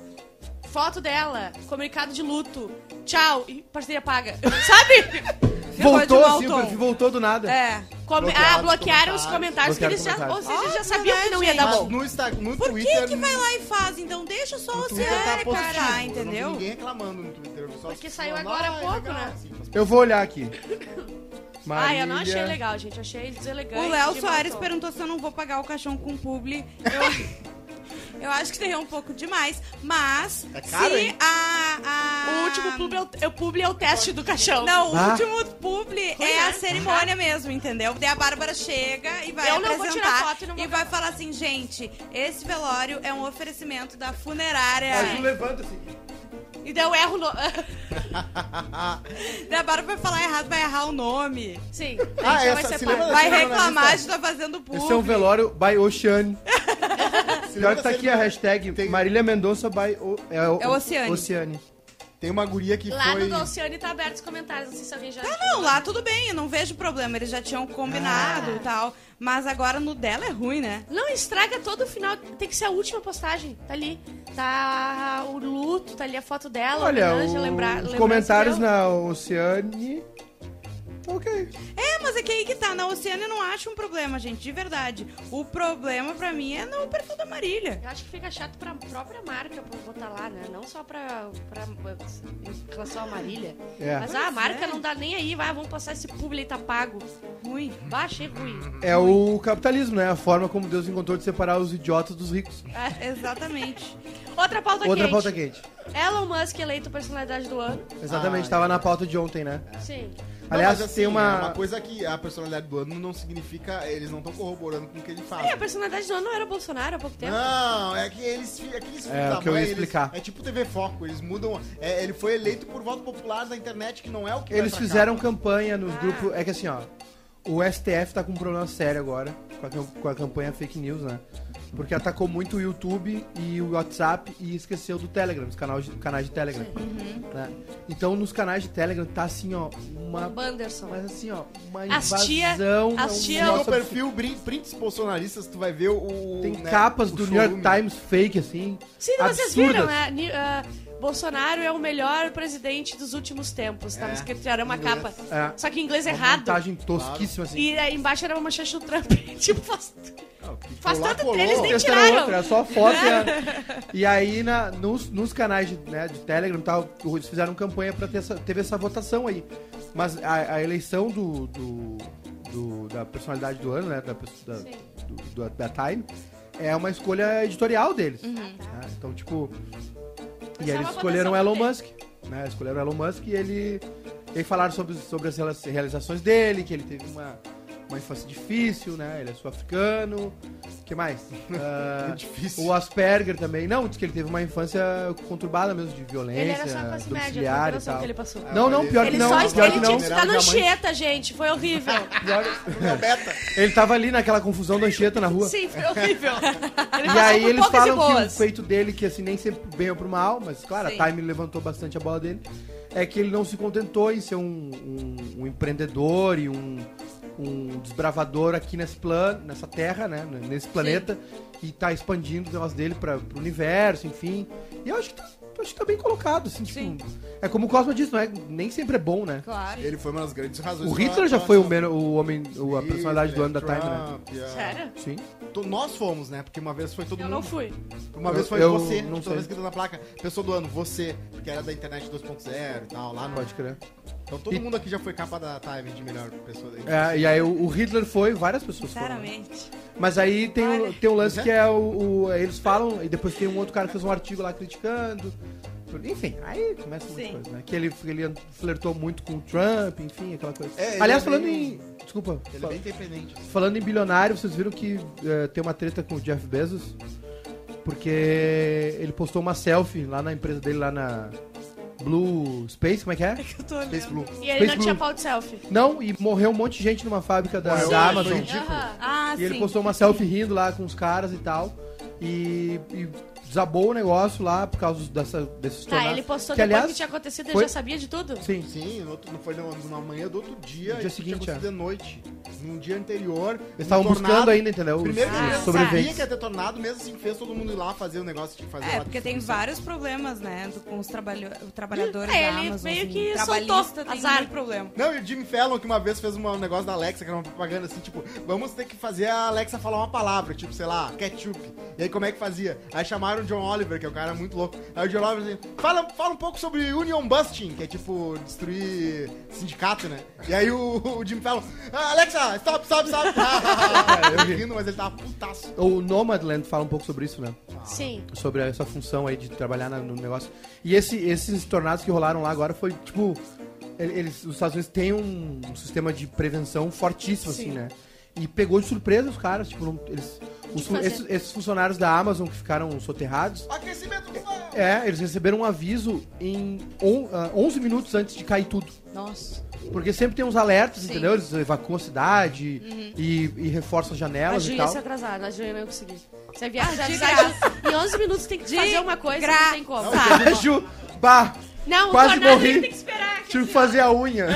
B: foto dela, comunicado de luto, tchau, e parceria paga. Sabe?
A: Voltou assim, o
C: Malton.
A: perfil voltou do nada.
B: É. Come-
D: Bloquearam
B: ah,
D: os
B: bloquearam
D: comentários.
B: os comentários, que eles já,
A: Bloquearam
B: ou
A: os
B: seja, eles já
C: Ó,
B: sabiam que não ia dar
C: verdade,
B: Tá bom.
D: No, Insta, no
C: Por que
D: Twitter.
C: que vai lá e faz? Então deixa só o
D: Twitter tá
C: Oceane
D: positivo.
C: postar,
D: Eu não vi
C: entendeu?
D: Ninguém reclamando no Twitter. eu vi só as
B: Porque
D: pessoas
B: saiu
D: lá,
B: agora há
D: "Ai,
B: pouco,
D: legal",
B: né?
D: assim, mas-
A: Eu vou olhar aqui.
B: Ah, eu não achei
A: Marília-
B: legal, gente. eu Achei deselegante.
C: O Léo
B: de
C: Soares
B: montão.
C: perguntou se eu não vou pagar o caixão com publi. Eu, eu acho que seria um pouco demais, mas
D: É caro,
C: se
D: hein?
C: a, a-
B: O último publi é o, é o publi é o teste do caixão.
C: Não, o
A: Ah.
C: último publi
B: Foi,
C: é
B: né?
C: a cerimônia mesmo, entendeu? Daí a Bárbara chega e vai
B: Eu não vou
C: apresentar
B: tirar foto e não vou
C: vai falar assim, gente, esse velório é um oferecimento da
D: É,
C: funerária.
A: A Ju levanta assim.
B: E daí eu erro no.
C: Daí a Bárbara vai falar errado, vai errar o nome.
B: Sim.
D: Ah,
B: a gente já
D: essa-
B: vai
D: se
B: ser
D: lembra
B: pago.
D: da-
C: Vai
D: ser
C: reclamar de
D: jornalista.
C: estar fazendo publi.
A: é Esse é um velório by Oceane.
D: Se
A: Pior
D: lembra
A: que tá
D: da
A: aqui a
D: cerimônia-
A: hashtag
D: Tem-
A: Marília Mendonça by o, é, o,
C: É Oceane.
A: Oceane.
D: Tem uma guria que
B: Lá
D: foi...
B: no Dolciane tá aberto os comentários, não sei se alguém já.
C: Ah, não, lá tudo bem, eu não vejo problema. Eles já tinham
A: Ah.
C: combinado e tal. Mas agora no dela é ruim, né?
B: Não, estraga todo o final. Tem que ser a última postagem. Tá ali. Tá o luto, tá ali a foto dela.
A: Olha,
B: a homenagem,
A: o-
B: lembrar-
A: os
B: lembrança
A: comentários
B: dela.
A: na Oceane. Ok.
C: É, mas é que aí que tá. Na Oceana eu não acho um problema, gente, de verdade. O problema pra mim é no perfil da Marília.
B: Eu acho que fica chato pra própria marca pra botar lá, né? Não só pra, pra em relação à Marília.
A: É.
B: Mas ah, a
C: Pois
B: marca
C: é.
B: não dá nem aí, vai, vamos passar esse publi e tá pago.
C: Ruim.
B: Baixa e ruim.
A: É o capitalismo, né? A forma como Deus encontrou de separar os idiotas dos ricos.
C: Tá Exatamente.
B: Outra pauta
A: Outra
B: quente.
A: pauta quente.
B: Elon Musk eleito personalidade do ano.
A: Exatamente,
D: Ah,
A: tava na pauta de ontem, né?
B: Sim.
D: Não,
A: Aliás,
D: mas, assim,
A: tem
D: é
A: uma.
D: uma coisa que a personalidade do ano não significa... Eles não estão corroborando com o que ele fala.
B: E a personalidade do ano não era o Bolsonaro há pouco tempo.
D: Não, é que eles... fi- Aqueles filhos
A: É,
D: da
A: o que eu
D: mãe,
A: ia
D: eles-
A: explicar.
D: é tipo TV Foco, eles mudam... é, ele foi eleito por voto popular da internet, que não é o que vai
A: Eles
D: pra cá.
A: fizeram campanha nos
B: Ah.
A: grupos. É que assim, ó. O STF tá com um problema sério agora com a, cam- com a campanha fake news, né? Porque atacou muito o YouTube e o WhatsApp e esqueceu do Telegram, os canais de, canais de Telegram.
B: Uhum.
A: né? Então nos canais de Telegram tá assim, ó, uma.
B: Banderson.
A: Mas assim, ó, uma
B: As
A: invasão.
B: tia- as
A: é um
B: tia-
D: Se no
A: negócio
D: perfil brin- prints bolsonaristas, tu vai ver o...
A: absurdo. Tem
D: né,
A: capas
D: o
A: do New York
D: showroom.
A: Times fake, assim.
B: Sim, não, vocês
A: absurdas.
B: viram, né? Ni- ah, Bolsonaro é o melhor presidente dos últimos tempos. tá? Tava
D: É.
B: escrito, era uma
D: Inglês.
B: capa.
A: É.
B: Só que em inglês
A: Uma
B: errado.
A: montagem tosquíssima, assim.
B: E aí embaixo era uma chance do Trump. tipo, faz...
D: Ah, o que
B: Faz
D: colou,
B: tanto-
D: colou.
B: eles nem-
A: testaram
B: tiraram.
A: outra, só foto. e a- e aí, na- nos, nos canais de, né, de Telegram e tal, eles fizeram campanha pra ter essa, teve essa votação aí. Mas a, a eleição do, do- do- da personalidade do ano, né, da, pessoa- da,
B: Sim.
A: do- do- da Time, é uma escolha editorial deles. né? Então, tipo...
B: Uhum. Tá. Mas
A: e
B: é
A: aí eles
B: uma
A: escolheram
B: votação
A: Elon
B: que tem.
A: Musk, né? Escolheram Elon Musk e ele... E aí falaram sobre, sobre as rela- realizações dele, que ele teve uma, uma infância difícil, né? Ele é sul-africano. O que mais? Ah,
D: É difícil.
A: o Asperger também. Não, diz que ele teve uma infância conturbada mesmo, de violência,
B: Ele era só classe média, foi a
A: domiciliar É, e
B: relação
A: tal.
B: que ele passou.
A: Não, não, pior
B: ele
A: que não.
B: só
A: pior
B: ele
A: que
B: tinha
A: não.
B: que estudar
D: Minha
B: Tá no
D: mãe-
B: Anchieta, gente. Foi horrível.
D: É o beta.
A: Ele tava ali naquela confusão da Anchieta na rua.
B: Sim, foi horrível.
A: E
B: Ele passou
A: aí
B: por
A: eles
B: poucas e
A: falam que o
B: boas.
A: feito dele, que assim, nem sempre pro bem ou pro mal, mas claro,
C: Sim.
A: a Time levantou bastante a bola dele, é que ele não se contentou em ser um, um- um empreendedor e um, um desbravador aqui nesse plano, nessa terra, né? n- Nesse planeta. E tá expandindo o negócio dele para pro universo, enfim. E eu acho que tá, acho que tá bem colocado, assim, tipo,
C: Sim.
A: É como o Cosmo disse, não é, nem sempre é bom, né?
C: Claro.
D: Ele foi uma das grandes razões.
A: O
D: pra-
A: Hitler já
D: pra-
A: foi o, men- o homem, o- a personalidade do ano da Time, né?
D: Trump, é.
B: Sério?
A: Sim.
D: To- Nós fomos, né? Porque uma vez foi todo
B: Eu
D: mundo.
B: não fui.
D: Uma
A: Eu-
D: vez foi
A: eu
D: você,
A: não
D: não
A: sei.
D: toda vez que na placa. Pessoa do ano, você, porque era da internet 2.0 e tal, lá no.
A: Pode crer.
D: Então todo
A: E-
D: mundo aqui já foi capa da Time de melhor pessoa.
A: É, e aí o, o Hitler foi, várias pessoas foram. né?
C: Sinceramente.
A: Mas aí tem, o-
C: Olha.
A: tem um lance que é o, o- Eles falam, e depois tem um outro cara que fez um artigo lá criticando. Enfim, aí começa muitas
C: Sim.
A: coisas, né? Que ele, ele flertou muito com o Trump, enfim, aquela coisa.
D: É, ele
A: Aliás,
D: é
A: falando
D: bem-
A: em. Desculpa.
D: Ele é
A: fal-
D: bem independente. assim.
A: Falando em bilionário, vocês viram que eh, tem uma treta com o Jeff Bezos? Porque ele postou uma selfie lá na empresa dele, lá na Blue Space, como é que é?
C: Eu tô olhando.
D: Space Blue.
B: E ele não
A: Facebook.
B: tinha pau de selfie.
A: Não, e morreu um monte de gente numa fábrica da,
D: Morreu,
A: da
D: foi
A: Amazon.
D: ridículo.
B: Aham.
C: Ah,
A: E ele
C: sim.
A: postou uma selfie rindo lá com os caras e tal. E, e desabou o negócio lá por causa dessa, desse
B: Tá,
A: estornaço.
B: ele postou
A: que,
B: depois
A: aliás,
B: que tinha acontecido, ele
A: foi-
B: já sabia de tudo?
A: Sim.
D: Sim, no outro- não foi na, na manhã do outro dia.
A: No dia
D: isso tinha
A: seguinte, é.
D: acontecido de noite. Num dia anterior.
A: Eles estavam buscando ainda, entendeu? Os,
D: Primeiro
B: Um
D: que
B: Ah,
D: ele
A: os
D: não
A: sobreviventes.
D: sabia que ia ter tornado, mesmo assim fez todo mundo ir lá fazer o negócio que tinha que fazer
C: É,
D: lá.
A: tipo
C: porque
A: assim.
C: tem vários problemas, né? do- Com os trabalho... trabalhadores
B: É,
C: da
B: ele
C: Amazon.
B: meio
C: assim.
B: que
C: Trabalhista
B: soltou.
C: tem
B: Azar.
C: muito problema.
D: Não, e o Jimmy Fallon que uma vez fez um negócio da Alexa, que era uma propaganda assim, tipo, vamos ter que fazer a Alexa falar uma palavra, tipo, sei lá, ketchup. E aí como é que fazia? Aí chamaram o John Oliver, que é um cara muito louco. Aí o John Oliver assim, fala, fala um pouco sobre Union Busting, que é tipo, destruir sindicato, né? E aí o, o Jimmy Fallon, "Ah, Alexa, stop, stop, stop. Eu rindo, mas ele tava putaço.
A: O Nomadland fala um pouco sobre isso, né?
B: Sim.
A: Sobre essa função aí de trabalhar na- no negócio. E esse- esses tornados que rolaram lá agora foi, tipo... ele- Eles, os Estados Unidos têm um sistema de prevenção fortíssimo, assim, né? E pegou de surpresa os caras, tipo, não- eles... os fu-
B: fazer?
A: esses, esses funcionários da Amazon que ficaram soterrados,
D: Aquecimento do fogo.
A: é, eles receberam um aviso em on- ah, 11 minutos antes de cair tudo.
C: Nossa.
A: Porque sempre tem uns alertas,
C: Sim.
A: entendeu? Eles evacuam a cidade e, e reforçam as
B: A
A: janelas e
B: Julia
A: tal.
B: se atrasar, a Julia não ia conseguir. Você viaja
C: Ah,
B: já
C: de
B: desagradou. Em 11 minutos tem que
C: De
B: fazer uma coisa, não tem como.
D: Não,
B: Tá.
A: A Ju, bah,
B: Não,
A: Quase
B: o tornado
A: morri.
B: ele tem que esperar.
A: tive que fazer a unha.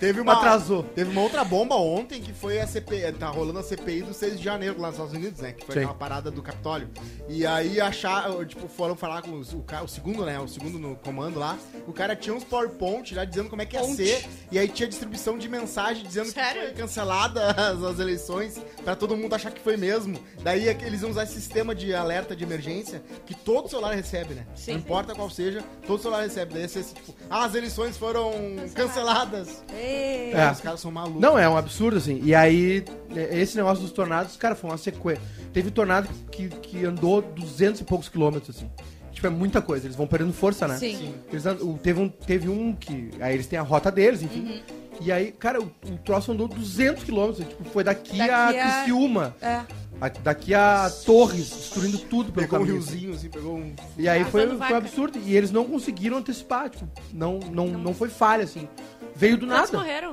D: Teve
A: Uma
D: uma,
A: atrasou.
D: Teve uma outra bomba ontem que foi a CPI. Tá rolando a CPI do 6 de janeiro lá nos Estados Unidos, né? Que foi
A: Sim.
D: aquela parada do Capitólio. E aí acharam, tipo, foram falar com os- o, ca- o segundo, né? O segundo no comando lá. O cara tinha uns PowerPoint lá dizendo como é que ia ser. E aí tinha distribuição de mensagem dizendo
B: Sério?
D: que foi cancelada as, as eleições pra todo mundo achar que foi mesmo. Daí é que eles iam usar esse sistema de alerta de emergência que todo celular recebe, né?
B: Sim.
D: Não importa qual seja, todo celular recebe. Daí ia ser assim, tipo, ah, as eleições foram canceladas.
C: Ei.
A: É.
D: Os caras são malucos.
A: Não, é um absurdo, assim. E aí, é, esse negócio dos tornados, cara, foi uma sequência. Teve tornado que, que andou 200 e poucos quilômetros, assim. Tipo, é muita coisa. Eles vão perdendo força, né?
C: Sim.
A: Eles andam- o- teve, um, teve um que... Aí eles têm a rota deles, enfim. E aí, cara, o, o troço andou 200 quilômetros. Tipo, foi daqui,
C: Daqui
A: a
C: a-
A: Criciúma.
C: É.
A: A- daqui a Torres, destruindo tudo pelo
D: Pegou um
A: caminho.
D: riozinho, assim, pegou um...
A: E aí foi,
B: Passando
A: foi
B: vaca.
A: absurdo. E eles não conseguiram antecipar, tipo, não, não, não foi falha, assim. Veio do
B: Quantos
A: nada.
B: morreram?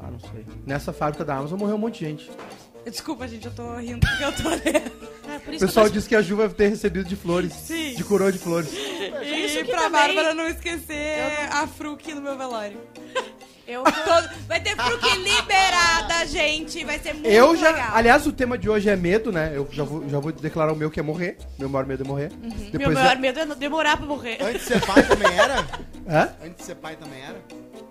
A: Ah, não sei. Nessa fábrica da Amazon morreu um monte de gente.
C: Desculpa, gente, eu tô rindo porque eu tô lendo.
B: É, por
A: O
B: isso
A: pessoal
B: que eu
A: disse que a Ju vai ter recebido de flores.
C: Sim.
A: De coroa de flores.
C: E
B: isso aqui
C: pra
B: também.
C: Bárbara não esquecer a fruque no meu velório.
B: tô- eu...
C: Todo- Vai ter fruque liberada, gente. Vai ser muito
A: Eu já. Ah,
C: legal.
A: Aliás, o tema de hoje é medo, né? Eu já vou, já vou declarar o meu que é morrer. Meu maior medo é morrer.
B: Meu
C: Uhum.
A: Depois
B: maior medo é não demorar pra morrer.
D: Antes de ser pai também era?
A: Hã?
D: Antes de ser pai também era?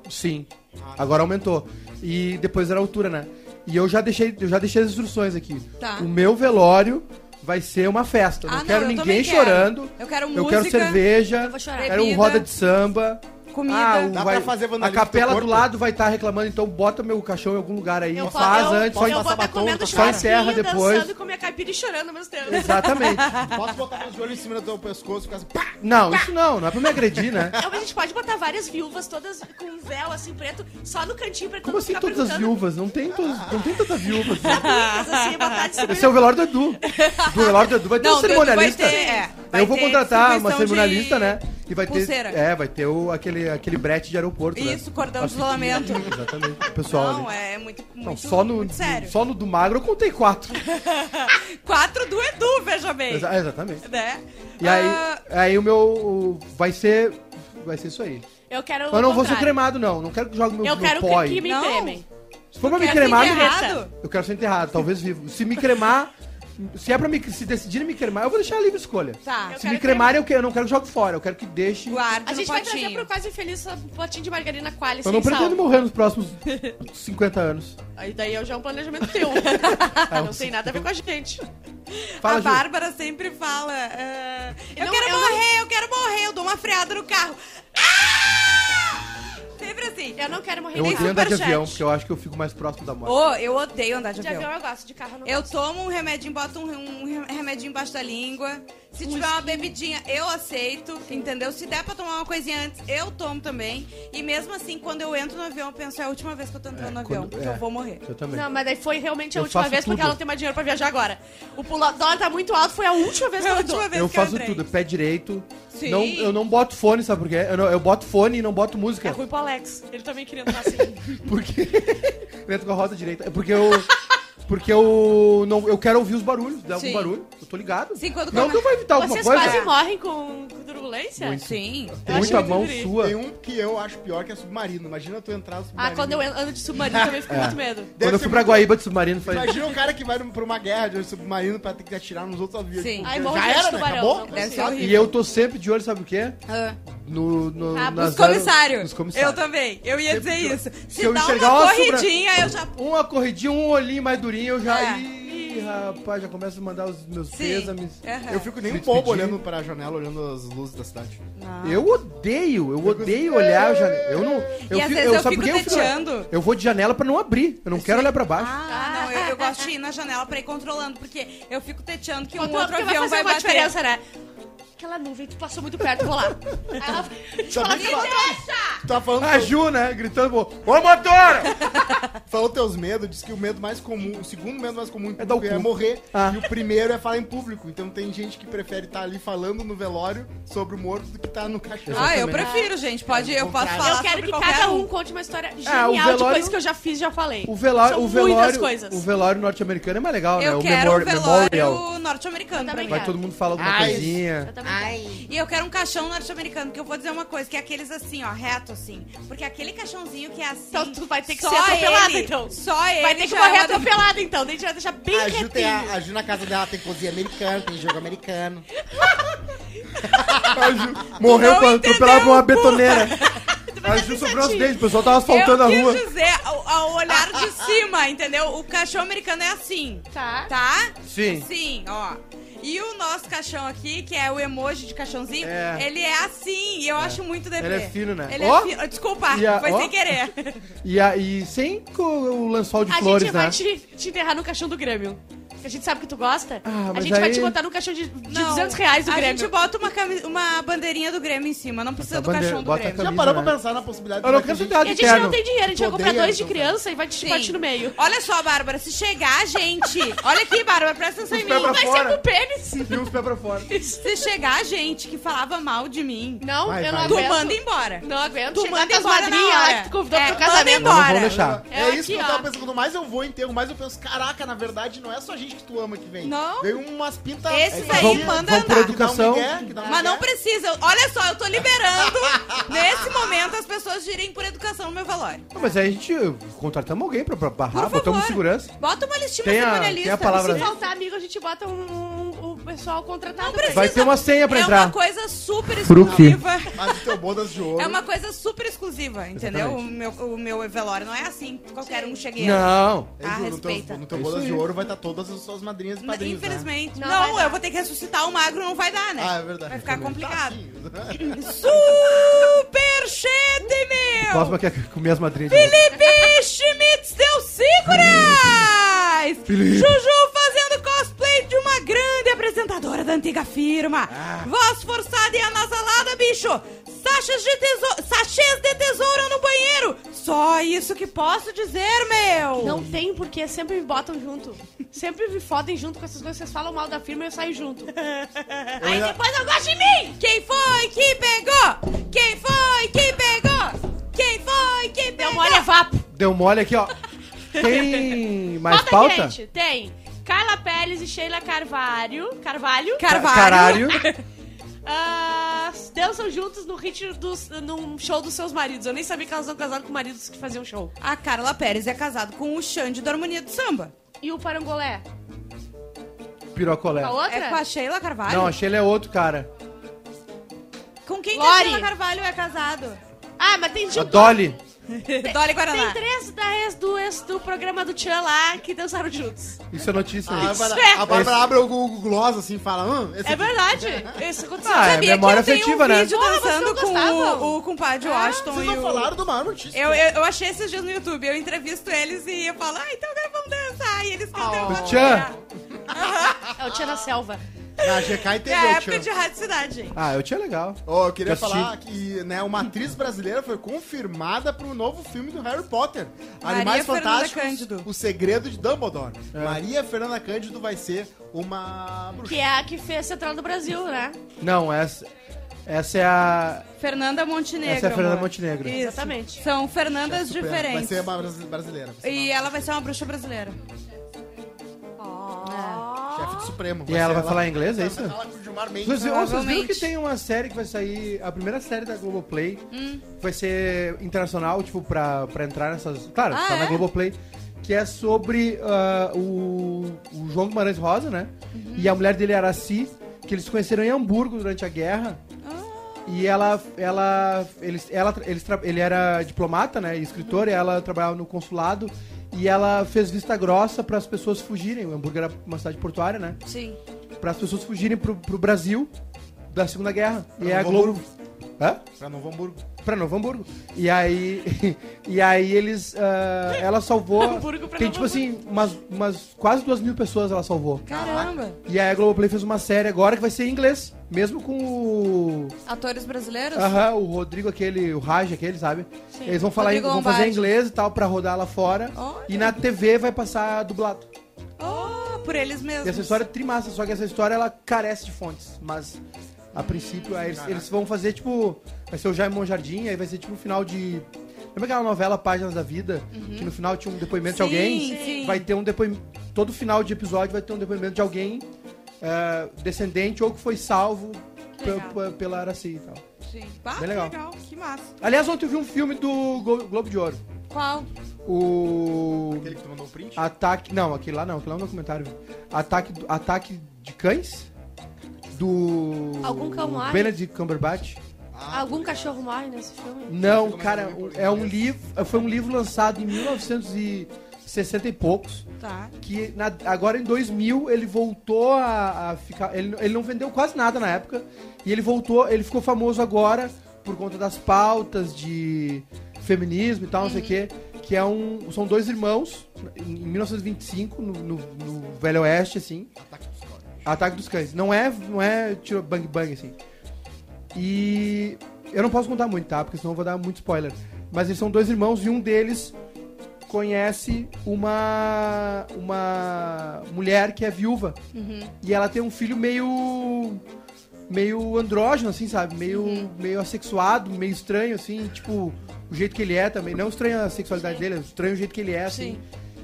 A: Sim.
D: Ah, não.
A: Agora aumentou. E depois era a altura, né? E eu já deixei, eu já deixei as instruções aqui.
C: Tá.
A: O meu velório vai ser uma festa. não, quero
C: eu
A: ninguém
C: também
A: chorando.
C: Eu quero música.
A: Eu quero cerveja.
B: Eu vou chorar.
A: Quero um
C: Bebida.
A: roda de samba. Ah,
C: Comida.
A: o
D: Dá pra fazer
A: a
D: vandalismo do
A: capela
D: corpo?
A: do lado vai estar reclamando, então bota meu caixão em algum lugar aí.
B: Eu
A: faz
B: posso- eu,
A: antes,
B: eu,
A: só
D: pode
B: vou
A: em-
D: passar
B: estar
D: batom,
B: comendo
D: só
A: encerra
B: churrasquinho,
A: depois.
B: dançando com minha caipira e chorando ao mesmo tempo.
A: Exatamente.
D: Posso botar meus joelhos em cima do teu pescoço e ficar assim... Pá!
A: Não, isso não, não é pra me agredir, né?
B: Não, mas a gente pode botar várias viúvas, todas com um véu assim preto, só no cantinho pra todo
A: Como
B: mundo
A: assim
B: ficar
A: todas as
B: perguntando.
A: viúvas? Não tem, todas, não tem tanta viúva. Assim.
B: Todas, assim, botar de
A: Esse é o velório do Edu. Do velório do Edu vai ter um
C: Não, do Edu vai
A: cerimonialista.
C: ter, é, vai
A: eu vou
C: ter
A: contratar uma
C: distribuição
A: cerimonialista,
C: de
A: né? E vai ter.
C: pulseira.
A: É, vai ter o, aquele, aquele brete de aeroporto. né?
C: Isso, cordão de
A: Acho que-
C: isolamento.
A: Exatamente. O pessoal
C: Não,
A: ali.
C: é muito, muito,
A: Não, só no,
C: muito sério.
A: só no do magro eu contei quatro.
C: Quatro do Edu, veja bem.
A: Exa- exatamente.
C: Né?
A: E aí,
C: Ah,
A: aí o meu. o- vai ser. Vai ser isso aí.
B: Eu quero.
A: Mas eu não
B: o
A: vou ser
B: contrário.
A: cremado, não. Não quero que jogue meu,
B: Eu
A: meu
B: quero
A: pó
B: que, que
A: aí.
B: me
C: Não.
B: cremem.
A: Se for pra me
C: quero ser
A: cremar, me-
C: enterrado.
A: eu quero ser enterrado, talvez vivo. Se me cremar. Se é pra me. Se decidirem me cremar, eu vou deixar a livre escolha.
C: Tá.
B: Eu
A: Se me
B: quero
A: cremarem, eu, que- eu não quero que jogue fora. Eu quero que deixe.
C: Guarda
B: A
C: no
B: gente vai trazer
C: um potinho.
B: pro quase feliz um potinho de margarina coalha
A: Eu
B: sem
A: não pretendo
B: sal.
A: morrer nos próximos 50 anos.
B: Aí daí eu já é um planejamento teu.
A: É um
B: não tem nada a ver com a gente.
A: Fala,
C: a
A: Ju.
C: Bárbara sempre fala: ah, Eu
B: Não,
C: quero
B: eu não-
C: morrer, eu quero morrer. Eu dou uma freada no carro. Ah! Sempre assim.
B: Eu não quero morrer
A: Eu
B: em
A: odeio
B: carro.
A: andar de
C: superchat.
A: avião, porque eu acho que eu fico mais próximo da morte.
C: Ô, eu odeio andar de,
B: De
C: avião.
B: avião eu gosto, de carro eu não
C: Eu
B: gosto.
C: tomo um remedinho, boto um, um remedinho embaixo da língua. Se tiver uma bebidinha, eu aceito, entendeu? Se der pra tomar uma coisinha antes, eu tomo também. E mesmo assim, quando eu entro no avião, eu penso, é a última vez que eu tô entrando no avião,
A: quando-
C: porque
A: é.
C: eu vou morrer.
A: Eu também.
B: Não, mas daí foi realmente a
A: Eu
B: última
A: faço
B: vez,
A: tudo.
B: porque ela não tem mais dinheiro pra viajar agora. O pulo- dólar tá muito alto, foi a última vez que
C: Foi a
B: ela
C: última
B: andou.
C: vez
A: eu
C: que eu
A: faço
C: entrei.
A: tudo, pé direito.
C: Sim.
A: Não, eu não boto fone, sabe por quê? Eu, não- eu boto fone e não boto música.
B: É ruim pro Alex. Ele também queria entrar assim.
A: Porque. Vento com a roda direita. É porque eu. Porque eu, não, eu quero ouvir os barulhos, dá algum
C: Sim.
A: barulho, eu tô ligado.
C: Sim, quando
A: Não
C: come-
A: que eu vou evitar alguma
B: Vocês
A: coisa.
B: quase morrem com, com turbulência?
C: Sim.
B: Eu
A: Muito
B: acho
A: a
B: muito
A: mão
B: triste.
A: sua.
D: Tem um que eu acho pior que é submarino. Imagina tu entrar no submarino.
B: Ah, quando eu ando de submarino também fico com muito medo.
A: Quando eu
D: ser
A: fui pra
D: muito-
A: Guaíba de submarino, falei,
D: Imagina um cara que vai pra uma guerra de submarino pra ter que atirar nos outros aviões.
C: Sim.
D: Tipo,
B: Ai, morro
D: já
B: de
D: era, né?
B: tubarão,
D: Acabou?
B: não
C: Deve ser
B: consigo.
A: e eu tô sempre de olho, sabe o quê?
C: Ah.
A: No, no,
C: Ah,
A: nas
C: nos
A: áreas-
C: comissários.
A: nos comissários.
C: Eu também. Eu ia dizer isso. Se,
A: eu
C: dá
A: enxergar
C: uma
A: uma
C: corridinha, eu já.
A: Uma corridinha, um olhinho mais durinho, eu já.
C: É.
A: Ih, rapaz, já começo a mandar os meus
C: Sim.
A: pêsames.
C: Aham.
D: Eu fico nem
A: Me
D: um bobo
A: despedir.
D: olhando para a janela, olhando as luzes da cidade.
A: Eu odeio, eu odeio olhar a janela. Eu não. Eu
C: E às
A: fico-
C: vezes
A: eu,
C: eu
A: sabe
C: fico
A: por que eu fico-
C: teteando.
A: Eu vou de janela pra não abrir. Eu não quero olhar pra baixo.
C: Ah, não, eu, eu gosto de ir na janela pra ir controlando, porque eu fico teteando que um
B: Outro,
C: outro
B: porque
C: avião
B: vai fazer
C: vai
B: uma
C: bater.
B: diferença, né? Aquela nuvem, tu passou muito perto, vou lá. Aí ela fala,
D: Sabe
B: me
D: que fala-
B: deixa!
D: Tu tá falando,
A: A Ju, né? Gritando, pô, ô motor!
D: falou teus medos, diz que o medo mais comum, o segundo medo mais comum em
A: É dar o
D: público é,
A: cu.
D: morrer.
A: Ah.
D: E o primeiro é falar em público. Então tem gente que prefere estar ali falando no velório sobre o morto do que estar no caixão.
C: Ah, eu prefiro, gente. Pode, eu posso
D: Eu
C: falar
B: eu quero
C: sobre
B: que
C: qualquer
B: cada
C: um.
B: um conte uma história
A: Ah, o
B: genial de
A: velório-
B: coisas que eu já fiz e já falei.
A: O velório,
B: São
A: o
B: muitas
A: velório,
B: coisas.
A: o velório norte-americano é mais legal, né?
C: Eu
A: O
C: quero um
A: memor- memorial.
C: velório norte-americano pra
B: também
C: mim.
A: Vai todo mundo falar alguma
D: Ai,
A: coisinha.
B: Eu também quero.
C: E eu quero um caixão norte-americano, que eu vou dizer uma coisa, que é aqueles assim, ó, reto assim. Porque aquele caixãozinho que é assim.
B: Então tu vai ter que
C: só
B: ser atropelada,
C: ele-
B: então.
C: Só ele.
B: Vai ter que
C: já é
B: morrer
C: uma
B: atropelada, então. Daí a gente vai deixar bem
D: A
C: é
D: Ju, tem
B: quietinho.
D: a, a Ju na casa dela tem cozinha americana, tem jogo americano.
A: A Ju morreu
C: Não
A: pra
C: entendeu,
A: atropelar por uma
C: porra.
A: betoneira.
B: Tu vai
A: A
B: ter
A: Ju
B: que
A: sobrou os
B: sentir.
A: dentes, o pessoal tava asfaltando
C: eu
A: a rua.
C: quis dizer, ao, ao olhar de cima, entendeu? O caixão americano é assim.
B: Tá.
C: Tá?
A: Sim.
C: Sim, ó. E o nosso caixão aqui, que é o emoji de caixãozinho,
A: É.
C: ele é assim. E eu acho muito deprê.
A: Ele é fino, né?
C: Ele
A: Ó.
C: é fino. Desculpa,
A: E a-
C: foi
A: ó.
C: sem querer.
A: E, a, e sem co- o lençol de
B: A
A: flores,
B: gente
A: né?
B: vai te, te enterrar no caixão do Grêmio. Que A gente sabe que tu gosta.
A: Ah,
B: a
A: mas
B: gente vai
A: aí-
B: te botar no caixão de, de
C: Não,
B: 200 reais do
C: a
B: Grêmio.
C: gente bota uma, cami- uma bandeirinha do Grêmio em cima. Não precisa
A: Bota
C: do
A: a bandeira-
C: caixão do
A: bota a
C: Grêmio.
D: Já
A: Camisa,
D: parou pra
A: né?
D: pensar na possibilidade
A: Eu não quero
D: gente-
A: sentar
B: E
A: de
B: a gente
A: terno.
B: não tem dinheiro, a gente vai
D: Odeia
B: comprar dois de
D: essa
B: criança e vai te
C: Sim.
B: partir no meio.
C: Olha só, Bárbara, se chegar, gente. Olha aqui, Bárbara, presta atenção em
A: pés pra
C: mim.
B: Vai
A: fora.
B: ser com o pênis.
A: E os pés pra fora.
C: Se chegar, gente, que falava mal de mim,
B: Não,
D: Vai,
B: eu não
D: vai.
C: tu
B: aguento.
C: manda embora.
B: Não aguento.
C: Tu
B: Chegar
C: manda
B: com as
C: embora na
B: madrinhas lá
C: hora.
B: que tu convidou
C: É,
B: pro teu
C: manda
B: casamento.
A: Não, não
C: Bora.
A: vão deixar.
D: É,
B: É
D: isso
B: aqui,
D: que eu
B: ó.
D: tava pensando. Quanto mais eu vou em enterro, mais eu penso, caraca, na verdade não é só gente que tu ama que vem.
C: Não.
D: Vem umas pintas. É
C: Esses
D: que
C: aí
D: vão-
C: manda
D: vão
C: andar.
D: por
A: Educação.
D: Que dá um migué, que dá um
C: Mas não
D: migué.
C: precisa. Olha só, eu tô liberando nesse momento as pessoas girem por educação no meu valor.
A: Não, mas aí a gente contratamos alguém pra, pra
C: Por
A: barrar,
C: favor.
A: botamos segurança.
C: Bota uma listinha
A: Tem a-
C: cerimonialista.
A: tem a palavra-
B: Se faltar amigo, a gente bota um, um- o pessoal contratado.
C: Não
B: pra-
C: precisa.
A: Vai ter uma senha pra
C: é
A: entrar.
C: uma coisa super
A: Fruque.
C: exclusiva.
D: Mas o teu bodas de ouro.
C: É uma coisa super exclusiva, entendeu? O meu, o meu velório não é assim. Qualquer um chega e entra.
A: Não.
D: É,
C: Ah,
D: Ju, no
C: respeita.
D: teu, no teu
A: Isso
D: bodas de
A: aí.
D: ouro vai estar todas as suas madrinhas e padrinhos. né?
C: Infelizmente.
B: Não
C: Não,
B: vai dar.
C: eu vou ter que ressuscitar o magro, não vai dar, né?
D: Ah, é verdade.
C: Vai ficar
D: Também.
C: complicado.
D: Tá, sim.
C: Superchete, meu!
A: Próxima que é comer as madrinhas. de novo.
C: Felipe Schmitz deu 5 reais!
A: Felipe.
C: Juju fazendo cosplay de uma grande apresentadora da antiga firma.
A: Ah.
C: Voz forçada e anasalada, bicho! Sachês de, tesouro, sachês de tesoura no banheiro! Só isso que posso dizer, meu!
B: Não tem porque sempre me botam junto. Sempre me fodem junto com essas coisas. Vocês falam mal da firma e eu saio junto. Aí
D: ainda-
B: depois não gosta de mim!
C: Quem foi que pegou? Quem foi que pegou? Quem foi que pegou?
B: Deu mole é vapo.
A: Deu mole aqui, ó. Tem mais
B: Falta
A: pauta?
B: gente. Tem Carla Pérez e Sheila Carvalho. Carvalho.
A: Ca- Caralho.
C: Carvalho.
B: Ah, dançam juntos no ritmo dos, num show dos seus maridos. Eu nem sabia que elas não casaram com maridos que faziam show.
C: A Carla Pérez é casada com o Xande da Harmonia do Samba.
B: E o Parangolé?
A: Pirocolé.
B: A outra?
C: É com a Sheila Carvalho?
A: Não, a Sheila é outro cara.
C: Com quem que a
B: Lore.
C: Sheila Carvalho é casado?
B: Ah, mas tem
A: A
B: junto.
A: Dolly.
C: Dolly
B: Tem
C: Guaraná.
B: três da ex do, ex do programa do Tchan lá que dançaram juntos.
A: Isso é notícia.
D: A
A: né?
D: Bárbara- Ah, A
A: Esse-
D: Bárbara abre o Google Gloss assim e fala: hum, esse
B: É verdade. Isso aconteceu.
A: Ah, é
C: Sabia
A: memória
C: que eu tenho
A: afetiva,
C: um
A: né?
C: vídeo
B: Porra, vocês
C: dançando
B: não
C: com
B: gostavam?
C: o, o compadre Washington
D: Vocês
C: e
D: não
C: o...
D: falaram do maior notícia.
C: Eu, eu, eu achei esses dias no YouTube, eu entrevisto eles e eu falo, ah, então agora vamos dançar. E eles cantam.
A: Do Ah, Tchan.
B: É o Tchan na selva.
D: Na GK
C: É
D: entendeu,
C: a
D: tio.
C: época de Rádio Cidade, gente.
A: Ah, eu tinha legal.
D: Ó, eu queeria
A: Já assisti.
D: falar que né, uma atriz brasileira foi confirmada pro novo filme do Harry Potter.
C: Maria
D: Animais
C: Fernanda
D: Fantásticos,
C: Cândido.
D: O Segredo de Dumbledore.
A: É.
D: Maria Fernanda Cândido vai ser uma bruxa.
B: Que é a que fez Central do Brasil, né?
A: Não, essa. Essa é a.
C: Fernanda Montenegro.
A: Essa é a Fernanda
C: amor.
A: Montenegro.
C: Isso.
B: Exatamente.
C: São Fernandas
D: Super- É, Vai
C: diferentes.
D: ser uma brasi- brasileira. vai ser
C: E ela vai ser uma bruxa brasileira.
B: É.
D: do Supremo.
A: E ela
D: ser
A: vai falar em inglês, é isso?
D: Ela com o Gilmar Mendes.
A: Vocês, ou vocês viram
C: Provavelmente.
A: que tem uma série que vai sair, a primeira série da Globoplay,
C: Hum.
A: que vai ser internacional, tipo, pra, pra entrar nessas. Claro,
C: Ah,
A: tá na
C: é?
A: Globoplay. Que é sobre ah, o, o João Guimarães Rosa, né?
C: Uhum.
A: E a mulher dele, Araci, que eles se conheceram em Hamburgo durante a guerra.
C: Ah.
A: E ela, ela, eles, ela, eles, tra- ele era diplomata, né, e escritor, e ela trabalhava no consulado. E ela fez vista grossa para as pessoas fugirem. O Hamburgo era uma cidade portuária, né?
B: Sim.
A: para as pessoas fugirem pro, pro Brasil da Segunda Guerra.
D: Pra
A: e aí a
D: Novo
A: Globo. Hã?
D: Pra Novo Hamburgo.
A: Pra Novo Hamburgo. E aí. e aí eles. ah, ela salvou.
B: Hamburgo pra
A: tem
B: Novo
A: tipo assim, umas, umas quase duas mil pessoas ela salvou.
C: Caramba.
A: E aí a Globoplay fez uma série agora que vai ser em inglês. Mesmo com o.
C: Atores brasileiros?
A: Aham, o Rodrigo aquele, o Raj aquele, sabe?
B: Sim.
A: Eles vão falar em-
C: Rodrigo
A: vão fazer em
C: Lombardi.
A: inglês e tal, pra rodar lá fora.
C: Olha.
A: E na TV vai passar dublado.
C: Oh, por eles mesmos.
A: E essa história é trimassa, só que essa história ela carece de fontes. Mas a princípio aí eles, eles vão fazer tipo. Vai ser o Jaime Jardim, aí vai ser tipo um final de. Lembra aquela novela Páginas da Vida? Que no final tinha um depoimento
C: Uhum. Sim,
A: de alguém?
C: sim.
A: Vai ter um depoimento. Todo final de episódio vai ter um depoimento de alguém eh, descendente ou que foi salvo
B: Que
A: pe-
B: legal.
A: pe- pela Araci e tal.
C: Gente, bah,
A: Bem
C: que legal.
A: legal.
C: Que massa.
A: Aliás, ontem eu vi um filme do Glo- Globo de Ouro.
C: Qual?
A: O.
D: Aquele que tu mandou o print.
A: Ataque. Não, aquele lá não, aquele lá é um documentário. Ataque, do- ataque de cães? Do.
B: Algum cão morre?
A: Benedict Cumberbatch?
D: Ah,
B: Algum cachorro morre nesse filme?
A: Não,
D: Como é
A: cara,
D: que eu
A: um-
D: li por
A: é um
D: inglês?
A: livro. Foi um livro lançado em 1960 e poucos.
C: Tá.
A: Que na- agora em 2000 ele voltou a, a ficar. Ele, ele não vendeu quase nada na época. E ele voltou, ele ficou famoso agora por conta das pautas de feminismo e tal, não sei o quê. Que é um. São dois irmãos, em 1925, no, no- no Velho Oeste, assim.
D: Ataque dos Cores.
A: Ataque dos cães. Não é, não é tiro bang bang, assim. E eu não posso contar muito, tá? Porque senão eu vou dar muito spoiler. Mas eles são dois irmãos e um deles conhece uma uma mulher que é viúva. E ela tem um filho meio meio andrógeno assim, sabe? Meio meio assexuado, meio estranho assim, tipo o jeito que ele é também, não estranho a sexualidade dele, é estranho o jeito que ele é assim.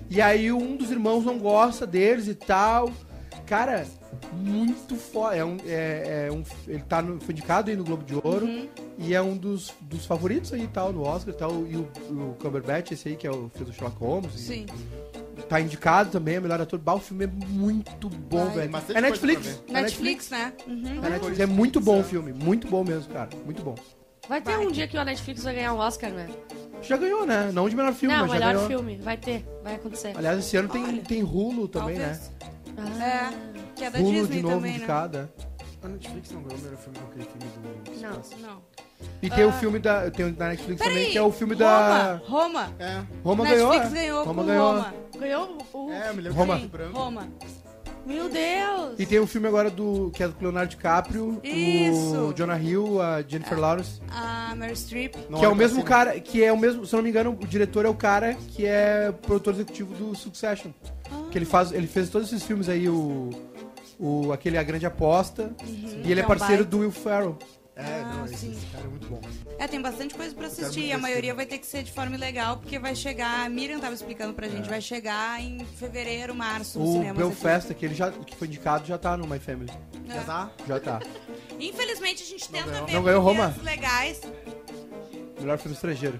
A: E aí um dos irmãos não gosta deles e tal. Cara, muito foda. É um, é, é um, ele tá no, foi indicado aí no Globo de Ouro
C: Uhum.
A: e é um dos, dos favoritos aí e tal, no Oscar e tal. E o, o Cumberbatch, esse aí que é o fez o Sherlock Holmes. e
C: Sim.
A: Tá indicado também, é melhor ator. Bah, o filme é muito bom,
D: Ai,
A: velho.
D: bastante
A: É Netflix.
D: coisa
A: É
C: Netflix, né? Uhum.
A: É, Netflix. é muito bom o filme, muito bom mesmo, cara. Muito bom.
B: Vai ter um dia que a Netflix vai ganhar um Oscar, né?
A: Já ganhou, né? Não de melhor filme,
B: Não,
A: mas já
B: melhor
A: ganhou.
B: filme. Vai ter, vai acontecer.
A: Aliás, esse ano tem,
C: Olha.
A: tem Hulu também,
C: Talvez.
A: né?
C: É. Que é da
A: Hulu
C: Disney
A: de novo
C: também, né?
A: indicada.
D: A Netflix não ganhou o melhor filme com aquele filme do... que se
B: Não.
D: passa.
C: Não.
A: E tem o filme da. Tem o da Netflix também,
C: Ah. Peraí.
A: que é o filme
C: Roma.
A: da.
C: Roma.
D: É.
A: Roma
C: Netflix
A: ganhou. é. Roma
C: ganhou com
A: ganhou.
C: Roma.
B: Ganhou o.
D: É, eu me lembro
A: Roma.
D: que era branco.
C: Roma.
B: Meu Deus!
A: E tem o filme agora do. que é do Leonardo DiCaprio,
C: Isso. É.
A: o Jonah Hill, a Jennifer Lawrence.
C: A Mary Streep.
D: Não
A: que é o
D: olha assim, pra
A: mesmo
D: cima.
A: cara, que é o mesmo, se eu não me engano, o diretor é o cara que é produtor executivo do Succession. Que
C: Ah.
A: ele faz, ele fez todos esses filmes aí, o, o aquele A Grande Aposta, e ele é
C: é um
A: parceiro
C: baita.
A: do Will Ferrell.
D: É, não,
C: Ah,
D: esse,
C: sim.
D: esse cara é muito bom.
C: É, tem bastante coisa pra assistir.
D: muito
C: E a
D: ver
C: maioria vai ter que ser de forma ilegal, porque vai chegar. A Miriam tava explicando pra gente, vai chegar em fevereiro, março, no
A: É. O
C: cinema.
A: Belfast, que ele já que foi indicado, já tá no My Family.
D: Já tá?
A: Já tá.
C: Infelizmente a gente tenta
D: ganhou.
C: ver
A: Não ganhou
C: porque
A: Roma?
C: as legais.
A: Melhor filme estrangeiro.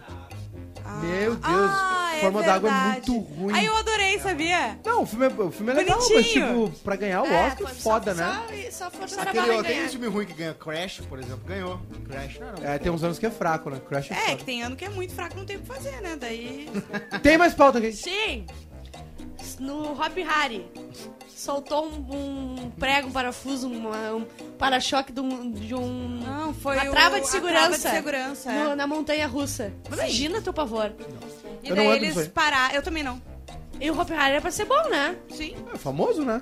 C: Ah.
A: Meu Deus, Forma d'Água é muito ruim.
C: Aí eu adorei, sabia?
A: Não, o filme é, o filme é legal, mas
C: Bonitinho.
A: tipo, pra ganhar o
B: É,
A: Oscar,
B: foi-
A: foda,
B: só,
A: né?
B: Só, só forçaram a
D: Aquele,
B: barra
D: ó,
B: e
D: tem um
C: é.
B: ganhar.
D: filme ruim que ganha. Crash, por exemplo, ganhou. Crash não era
A: É, tem uns anos que é fraco, né? Crash é,
C: É,
A: fraco.
C: que tem ano que é muito fraco, não tem o que fazer, né? Daí.
A: Tem mais pauta aqui.
B: Sim! No Hop Harry, soltou um, um prego, um parafuso, uma- um para-choque de um. De um
C: Não, foi
B: uma
C: o-
B: trava de
C: Ah, a
B: segurança.
C: trava de segurança, é.
B: no- na montanha russa. Imagina teu pavor.
C: E
A: Eu não
C: daí
A: ando nisso
C: eles
A: aí.
C: pararam. Eu também não.
B: E o Hop Harry era pra ser bom, né?
C: Sim.
A: É famoso, né?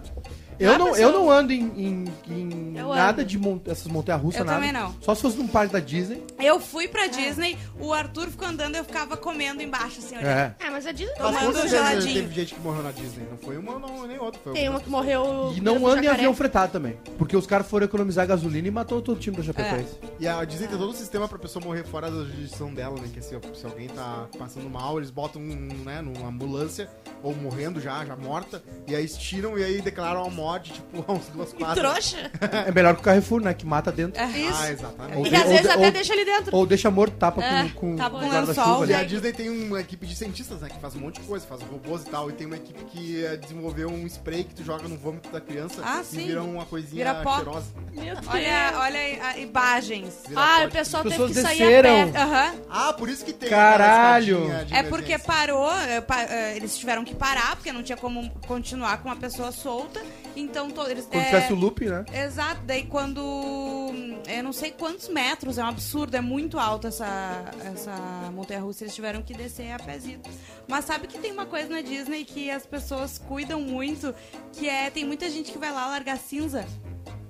B: Não é
A: Eu não,
B: possível.
A: eu não ando em, em- em
B: Eu
A: nada
B: ando.
A: de mon essas montanhas russas,
C: Eu
A: nada.
C: também não.
A: Só se fosse num parque da Disney.
C: Eu fui pra Disney, o Arthur ficou andando, eu ficava comendo embaixo, assim, olhando.
A: É.
B: Ah, mas a Disney
C: Mas
B: não
C: quando
B: usa,
C: eu
B: né?
C: já-
D: Teve,
C: geladinho.
D: teve gente que morreu na Disney. Não foi uma, não, nem outra. Foi
B: Tem uma
D: uma.
B: que morreu.
A: E
B: virando
A: não anda em
B: jacaré.
A: avião fretado também. Porque os caras foram economizar gasolina e matou todo o time da Chapecoense.
D: E a Disney tem todo um sistema pra pessoa morrer fora da jurisdição dela, né? Que se, se alguém tá passando mal, eles botam um, né, numa ambulância, ou morrendo já, já morta, e aí tiram e aí declaram a mod, tipo, há uns duas
B: Que
D: quadras.
B: trouxa.
A: É melhor que o Carrefour, né? Que mata dentro.
D: Ah,
B: Isso.
D: exatamente.
B: E às vezes
A: Ou-
B: até
A: ou-
B: deixa ali dentro.
A: Ou deixa morto, tapa
B: É,
A: com, com
B: tapa
A: o
B: um
A: guarda-chuva
C: lençol,
A: ali.
D: E a Disney tem uma equipe de cientistas, né? Que faz um monte de coisa, faz robôs e tal. E tem uma equipe que eh, desenvolveu um spray que tu joga no vômito da criança
C: Ah,
D: e
C: sim.
D: vira uma coisinha
C: Vira pó.
D: cheirosa.
B: Meu Deus.
C: Olha, olha aí, a- imagens. É,
D: Vira
B: Ah,
D: pó
B: o
D: de-
B: pessoal
A: As
B: teve que
A: pessoas
B: sair
A: desceram.
B: a pé.
C: Aham.
D: Ah, por isso que tem.
A: Caralho.
D: aquela escadinha de
C: É porque
D: emergência.
C: parou, é, pa- é, eles tiveram que parar, porque não tinha como continuar com uma pessoa solta. Então, to- eles.
A: Quando
C: é,
A: tivesse o loop, né?
C: Exato, daí quando. hum, Eu não sei quantos metros, é um absurdo, é muito alto essa, essa montanha russa, eles tiveram que descer a pezito. Mas sabe que tem uma coisa na Disney que as pessoas cuidam muito, que é. Tem muita gente que vai lá largar cinza.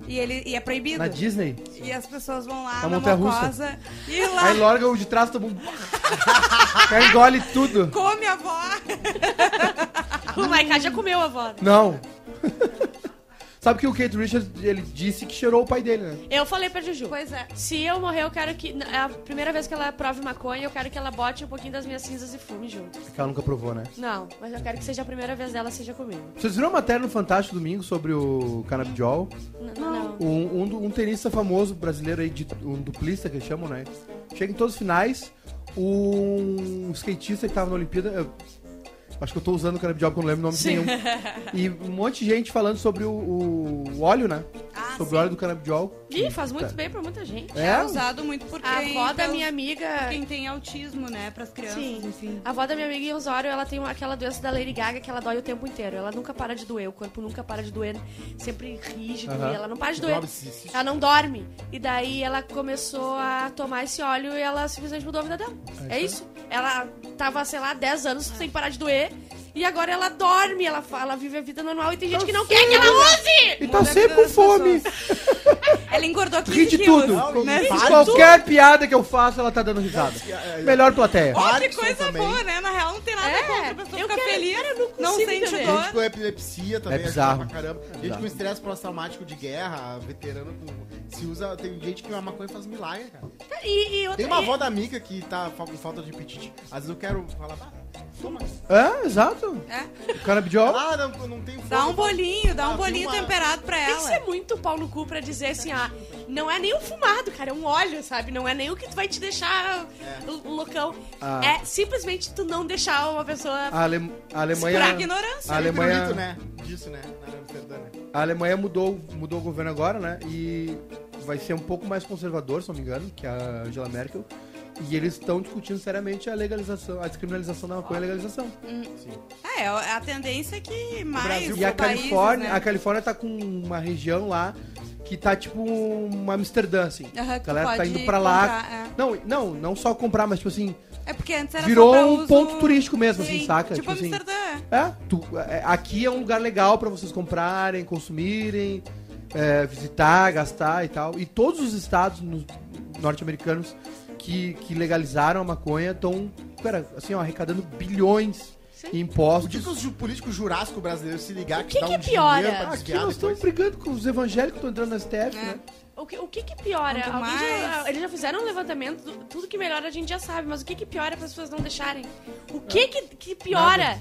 C: E, ele, e é proibido.
A: Na Disney.
C: E as pessoas vão lá
A: Na
C: na
A: montanha-russa.
C: mocosa e lá
A: Aí larga o de trás, todo mundo. Aí engole tudo.
C: come a avó.
B: Ah, O Maiká já comeu a avó. né?
A: Não. Sabe que o Kate Richards, ele disse que cheirou o pai dele, né?
B: Eu falei pra Juju.
C: Pois é.
B: Se eu morrer, eu quero que. É a primeira vez que ela prove maconha, eu quero que ela bote um pouquinho das minhas cinzas e fume junto.
A: Porque ela nunca provou, né?
B: Não, mas eu quero que seja a primeira vez dela, seja comigo.
A: Vocês viram a matéria no Fantástico domingo sobre o canabidiol?
B: N- Não.
A: Um, um, do- um tenista famoso brasileiro aí, de, um duplista que eles chamam, né? Chega em todos os finais, um skatista que tava na Olimpíada. eu- acho que eu tô usando o canabidiol porque eu não lembro o nome de nenhum. E um monte de gente falando sobre o, o óleo, né?
C: Ah,
A: sobre o óleo do canabidiol.
B: Ih, faz muito bem pra muita gente.
C: É, usado muito por
B: A
C: quem,
B: avó da
C: pelos-
B: minha amiga.
C: quem tem autismo, né? Pras crianças,
B: Sim.
C: enfim.
B: A avó da minha amiga em Osório, ela tem uma- aquela doença da Lady Gaga que ela dói o tempo inteiro. Ela nunca para de doer, o corpo nunca para de doer, sempre rígido,
A: Aham.
B: e ela não para de
C: é
B: doer.
D: Droga, se- se-
B: Ela não dorme. E daí ela começou a tomar esse óleo e ela simplesmente mudou a vida dela. É isso. Ela tava, sei lá, 10 anos sem parar de doer. E agora ela dorme, ela, fa- ela vive a vida normal e tem gente que não quer que ela use!
A: E tá
C: Muda a
A: sempre
C: vida
A: com
C: das
A: fome.
C: Ela engordou 15
A: Ri de
C: quilos.
A: tudo.
D: né?
A: De
D: Faz
A: Qualquer piada que eu faço, ela tá dando risada.
C: É,
A: Melhor plateia.
C: Ó, que
D: Parkinson
C: coisa
D: também.
C: boa, né? Na real, não tem nada
B: É,
C: contra a pessoa
B: eu
C: ficar
B: quero-
C: feliz.
B: cara, eu não
C: não
B: consigo
C: sente
B: entender.
D: Gente
C: dor.
D: com epilepsia também,
A: É bizarro.
D: ajuda pra caramba. Gente
A: bizarro.
D: com estresse pós-traumático de guerra, veterano com. Se usa. Tem gente que a maconha faz milagre, cara.
B: E, e
C: Tá
B: outra,
D: Tem uma
B: e-
D: avó da amiga que tá fa- com falta de apetite. Às vezes eu quero falar, ah, toma.
A: É, exato.
C: É.
A: O canabidiol.
D: Ah, não, não tem fome.
C: Dá um bolinho, dá
D: Ah,
C: um
D: tem
C: bolinho
D: uma-
C: temperado pra
B: Tem que ser
C: ela. É
B: muito pau no cu pra dizer assim, ah, não é nem o fumado, cara, é um óleo, sabe? Não é nem o que tu vai te deixar l- loucão.
A: É. Ah.
B: É simplesmente tu não deixar uma pessoa.
A: A, Ale- a Alemanha.
C: Pra ignorância.
A: A
D: Tem
A: Alemanha-
D: pirulito, né? Disso, né? Na Amsterdã, né?
A: A Alemanha mudou, mudou o governo agora, né? E vai ser um pouco mais conservador, se não me engano, que a Angela Merkel. E eles estão discutindo seriamente a legalização, a descriminalização da maconha e a legalização.
C: É, a tendência é que mais
D: Brasil
A: E a
C: países,
A: Califórnia,
C: né?
A: a Califórnia tá com uma região lá que tá tipo uma Amsterdã, assim.
C: Aham,
A: a
C: que
A: galera tá
C: pode
A: indo pra lá.
C: comprar, é.
A: Não, não, não só comprar, mas tipo assim,
C: É porque antes era
A: virou
C: só pra
A: um
C: uso-
A: ponto turístico mesmo, assim,
C: Sim,
A: saca? Tipo
C: Tipo,
A: assim,
C: Amsterdã.
A: É, tu- é, aqui é um lugar legal pra vocês comprarem, consumirem, é, visitar, gastar e tal. E todos os estados no- norte-americanos que, que legalizaram a maconha estão, cara, assim, ó, arrecadando bilhões
B: Sim.
A: em
D: O dia que
A: impostos.
D: Tipo os ju- políticos jurássico brasileiros se ligar
B: que
D: dá
B: que
D: um
B: piora?
D: dinheiro pra
A: Aqui
D: desviar
A: nós estamos
D: depois.
A: brigando com os evangélicos que estão entrando na STF,
C: É.
A: né?
B: O que, o que que piora?
C: Quanto
B: Alguém já-
C: mais-
B: eles já fizeram um levantamento, do- tudo que melhora a gente já sabe, mas o que que piora para as pessoas não deixarem? O que que, que piora?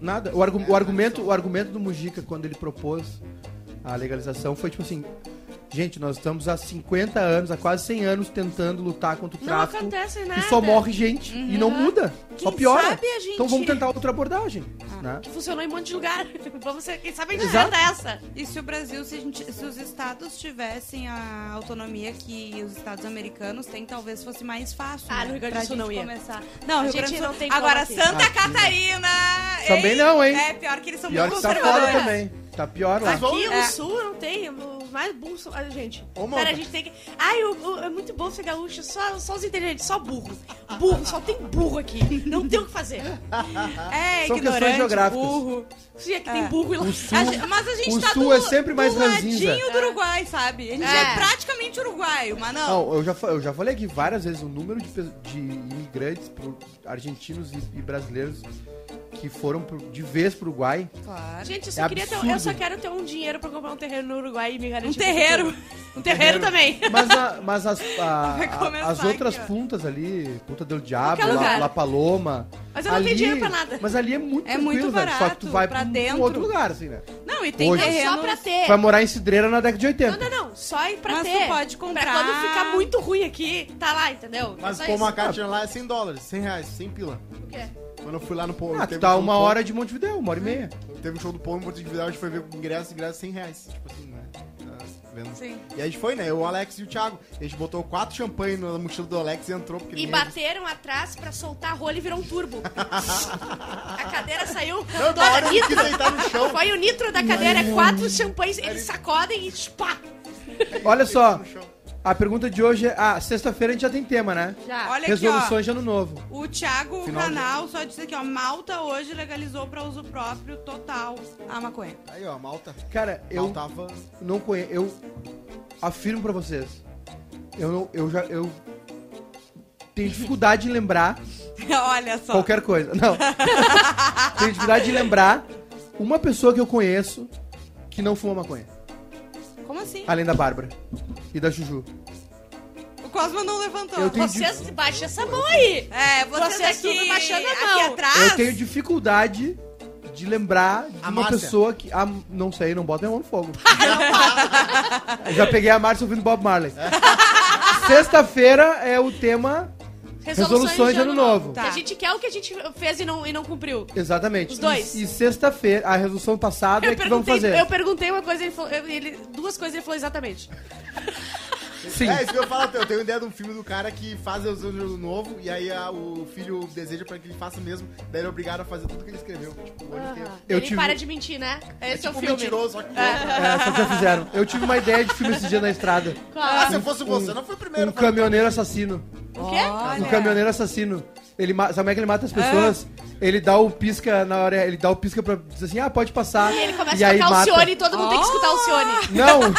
A: Nada. O, argu-
D: É,
A: o, argumento,
D: só-
A: o argumento do Mujica, quando ele propôs a legalização, foi tipo assim: gente, nós estamos há 50 anos, há quase 100 anos tentando lutar contra o
B: Não
A: tráfico.
B: acontece nada.
A: E só morre gente. E não muda. só
C: Uhum. Quem
A: piora.
C: sabe a gente- Ah.
A: Então vamos tentar outra abordagem. né?
B: Que funcionou em um monte de lugar. Vamos ser, quem sabe a gente
A: Exato.
B: manda essa.
C: E se o Brasil, se, a gente- se os estados tivessem a autonomia que os estados americanos têm, talvez fosse mais fácil.
B: Ah,
C: né?
B: no Rio Grande
C: Pra
B: do Sul
C: gente
B: não ia.
C: Começar. Não,
B: A
C: Rio
B: gente
C: Grande do Sul
B: não tem
C: Agora,
B: como aqui.
C: Santa Catarina.
A: Também não, hein?
C: É, pior que eles são
A: Pior
C: muito
A: que tá fora
C: conservadores.
A: também. Tá pior lá.
D: Mas vamos-
B: Aqui o
C: É.
B: sul não tem, os mais burros são. Ah, gente,
D: Ô, Mota.
B: cara, a gente tem que. Ai, o- o- é muito bom ser gaúcho, só, só os inteligentes, só burro. Burro, só tem burro aqui. Não tem o que fazer.
C: é,
A: São questões
C: ignorante,
A: geográficas.
C: burro.
B: Se é que
C: É.
B: tem burro e lá.
C: A gente- mas a gente
A: O
C: tá
A: Sul
C: do,
A: é sempre mais
C: do
A: ranzinza.
C: ladinho do Uruguai, sabe? A gente
B: É.
C: é, praticamente uruguaio, mas não.
A: Não, eu já, fa- eu já falei aqui várias vezes o número de, pe- de imigrantes pro- argentinos e, e brasileiros que foram pro- de vez pro Uruguai.
C: Claro.
B: Gente, eu só,
A: É
B: queria ter-
A: absurdo.
B: eu só quero ter um dinheiro pra comprar um terreno no Uruguai e me garantir.
C: Um terreiro.
B: meu futuro. Um terreiro também.
A: Mas, a- mas as, a-
C: Vai
A: a-
C: começar
A: as outras
C: aqui, ó.
A: puntas ali, Punta del Diabo,
B: Qualquer
A: La,
B: lugar.
A: La Paloma.
B: Mas eu não tenho dinheiro pra nada.
A: Mas ali é muito
C: É
A: tranquilo,
C: muito
A: velho. Só que
C: barato,
A: tu vai
C: pra
A: pra um
C: dentro. É.
A: outro lugar, assim, né?
C: Não, Não, e tem
A: Hoje.
C: terrenos...
B: Só pra ter.
A: Vai morar em Cidreira na década de 80.
B: Não, não, não. Só ir pra
C: Mas
B: ter.
C: tu pode comprar.
B: Pra quando ficar muito ruim aqui, tá lá, entendeu?
D: Mas
B: Só
D: pôr
B: isso. tá
D: uma cartinha lá é 100 dólares, 100 reais, 100 pila.
B: Por quê?
D: Quando eu fui lá no Polo,
A: Ah,
D: teve
A: tu
D: um
A: tá
D: show do
A: uma
D: Polo-
A: hora de Montevidéu, uma hora e meia.
D: Teve um show do Polo em Porto de Vidal, a gente foi ver com ingresso, ingresso 100 reais. Tipo assim, né? Tá vendo?
C: Sim.
D: E a gente foi, né? Eu, o Alex e o Thiago. A gente botou quatro champanhe na mochila do Alex e entrou. Porque
B: E
D: ninguém-
B: bateram atrás pra soltar a rola e virou um turbo. a cadeira saiu.
D: Não, da hora ele quis deitar no chão.
B: Foi o nitro da cadeira, é quatro champanhes, eles sacodem e pá!
A: Olha só,
D: No chão.
A: a pergunta de hoje é... Ah, sexta-feira a gente já tem tema, né?
B: Já.
C: Olha aqui, ó.
A: Resoluções de ano novo.
C: O Thiago
D: Final de-
C: Canal só disse aqui, ó. Malta hoje legalizou pra uso próprio total a maconha.
D: Aí, ó, malta.
A: Cara, eu
D: Eu tava.
A: não conheço... Eu afirmo pra vocês. Eu, não, eu já... Eu tenho dificuldade em lembrar
C: Olha só.
A: qualquer coisa. Não. tenho dificuldade de lembrar uma pessoa que eu conheço que não fuma maconha.
C: Como assim?
A: Além da Bárbara e da Juju.
C: O Cosma não levantou.
A: Eu tenho
B: Vocês baixam essa mão aí!
C: É, vocês
B: Vocês
C: aqui,
B: tudo baixando a
C: aqui
B: mão.
C: atrás.
A: Eu tenho dificuldade de lembrar de
D: A
A: uma
D: Márcia.
A: pessoa que. Ah, não sei, não bota minha mão no fogo. Eu já peguei a Márcia ouvindo Bob Marley. Sexta-feira é o tema. Resoluções de ano novo.
B: Que
C: Tá.
B: A gente quer o que a gente fez e não, e não cumpriu.
A: Exatamente.
B: Os dois.
A: E, e sexta-feira, a resolução passada é que vamos fazer.
B: eu perguntei uma coisa, ele falou, eu- ele- duas coisas ele falou exatamente.
A: Sim.
D: É, isso que eu falo, eu tenho ideia de um filme do cara que faz os anos de ano novo e aí a- o filho deseja pra que ele faça mesmo, daí ele é obrigado a fazer tudo que ele escreveu. Tipo, o ano inteiro.
B: Aham.
A: Eu
B: ele
A: tive- um
B: para de mentir, né? Ah. Esse é,
D: tipo
B: o filme.
D: mentiroso, só que.
A: É, só que já fizeram. Eu tive uma ideia de filme esse dia na estrada.
D: Ah,
B: Claro.
D: se eu fosse você, não foi o primeiro.
A: Um
D: foi-
A: caminhoneiro assassino.
B: O quê?
A: Um caminhoneiro assassino. Ele ma- sabe como é que ele mata as pessoas? Ele dá o pisca na hora, ele dá o pisca pra dizer assim, ah, pode passar.
B: E ele começa
A: E
B: a
A: aí
B: tocar o
A: mata. Ah!
B: Cione e todo mundo tem que escutar o Cione.
A: Não!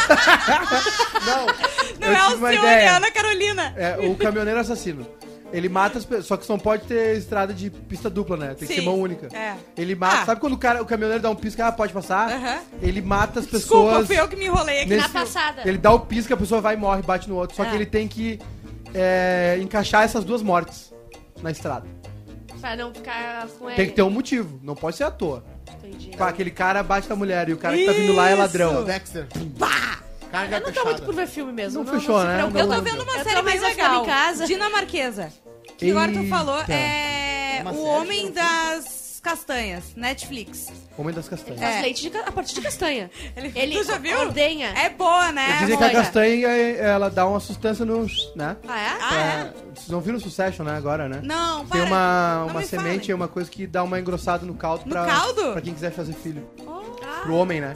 C: Não
A: eu
C: é
A: tive uma
C: Alcione, é
A: ideia.
C: Ana Carolina.
A: É, o caminhoneiro assassino. Ele mata as pessoas, só que só não pode ter estrada de pista dupla, né? Tem que
C: Sim.
A: ser mão única.
C: É.
A: Ele mata.
C: Ah.
A: Sabe quando o, cara, o caminhoneiro dá um pisca, ah, pode passar?
C: Aham.
A: Ele mata as pessoas.
C: Desculpa, fui eu que me enrolei aqui.
A: nesse-
B: na passada.
A: Ele dá o pisca, a pessoa vai e morre, bate no outro. Só que
B: Ah.
A: ele tem que é, encaixar essas duas mortes na estrada.
B: Pra não ficar com ele.
A: Tem que ter um motivo, não pode ser à toa.
B: Entendi.
A: Pá, aquele cara bate na mulher e o cara que tá vindo lá é
C: É. Isso.
A: ladrão.
D: Dexter. Carga
B: Eu não tô muito por
D: fechada.
B: ver filme mesmo.
A: Não fechou,
B: se
A: né?
B: preocupe.
A: Não,
C: Eu tô vendo uma
B: Eu tô
C: série mais
B: mais a ficar
C: legal.
B: em casa.
C: Dinamarquesa. Que agora tu
A: Eita.
C: falou é
D: Uma
C: O
D: série
C: Homem das Castanhas, Netflix.
A: Homem das castanhas.
B: Faz
C: É.
B: leite de, ca- a partir de castanha.
C: Ele-
B: Ele,
C: Tu já viu?
B: ordenha.
C: É boa, né?
A: Dizem que
C: Amor?
A: a castanha é, ela dá uma sustância no. né?
C: Ah, é?
A: É, Vocês não viram o Succession, né, agora, né?
C: Não, para.
A: Tem uma,
C: Não
A: uma
C: me
A: semente, é
C: falem.
A: uma coisa que dá uma engrossada no caldo
C: No
A: pra,
C: caldo?
A: pra quem quiser fazer filho.
B: Ah,
A: Pro homem, né?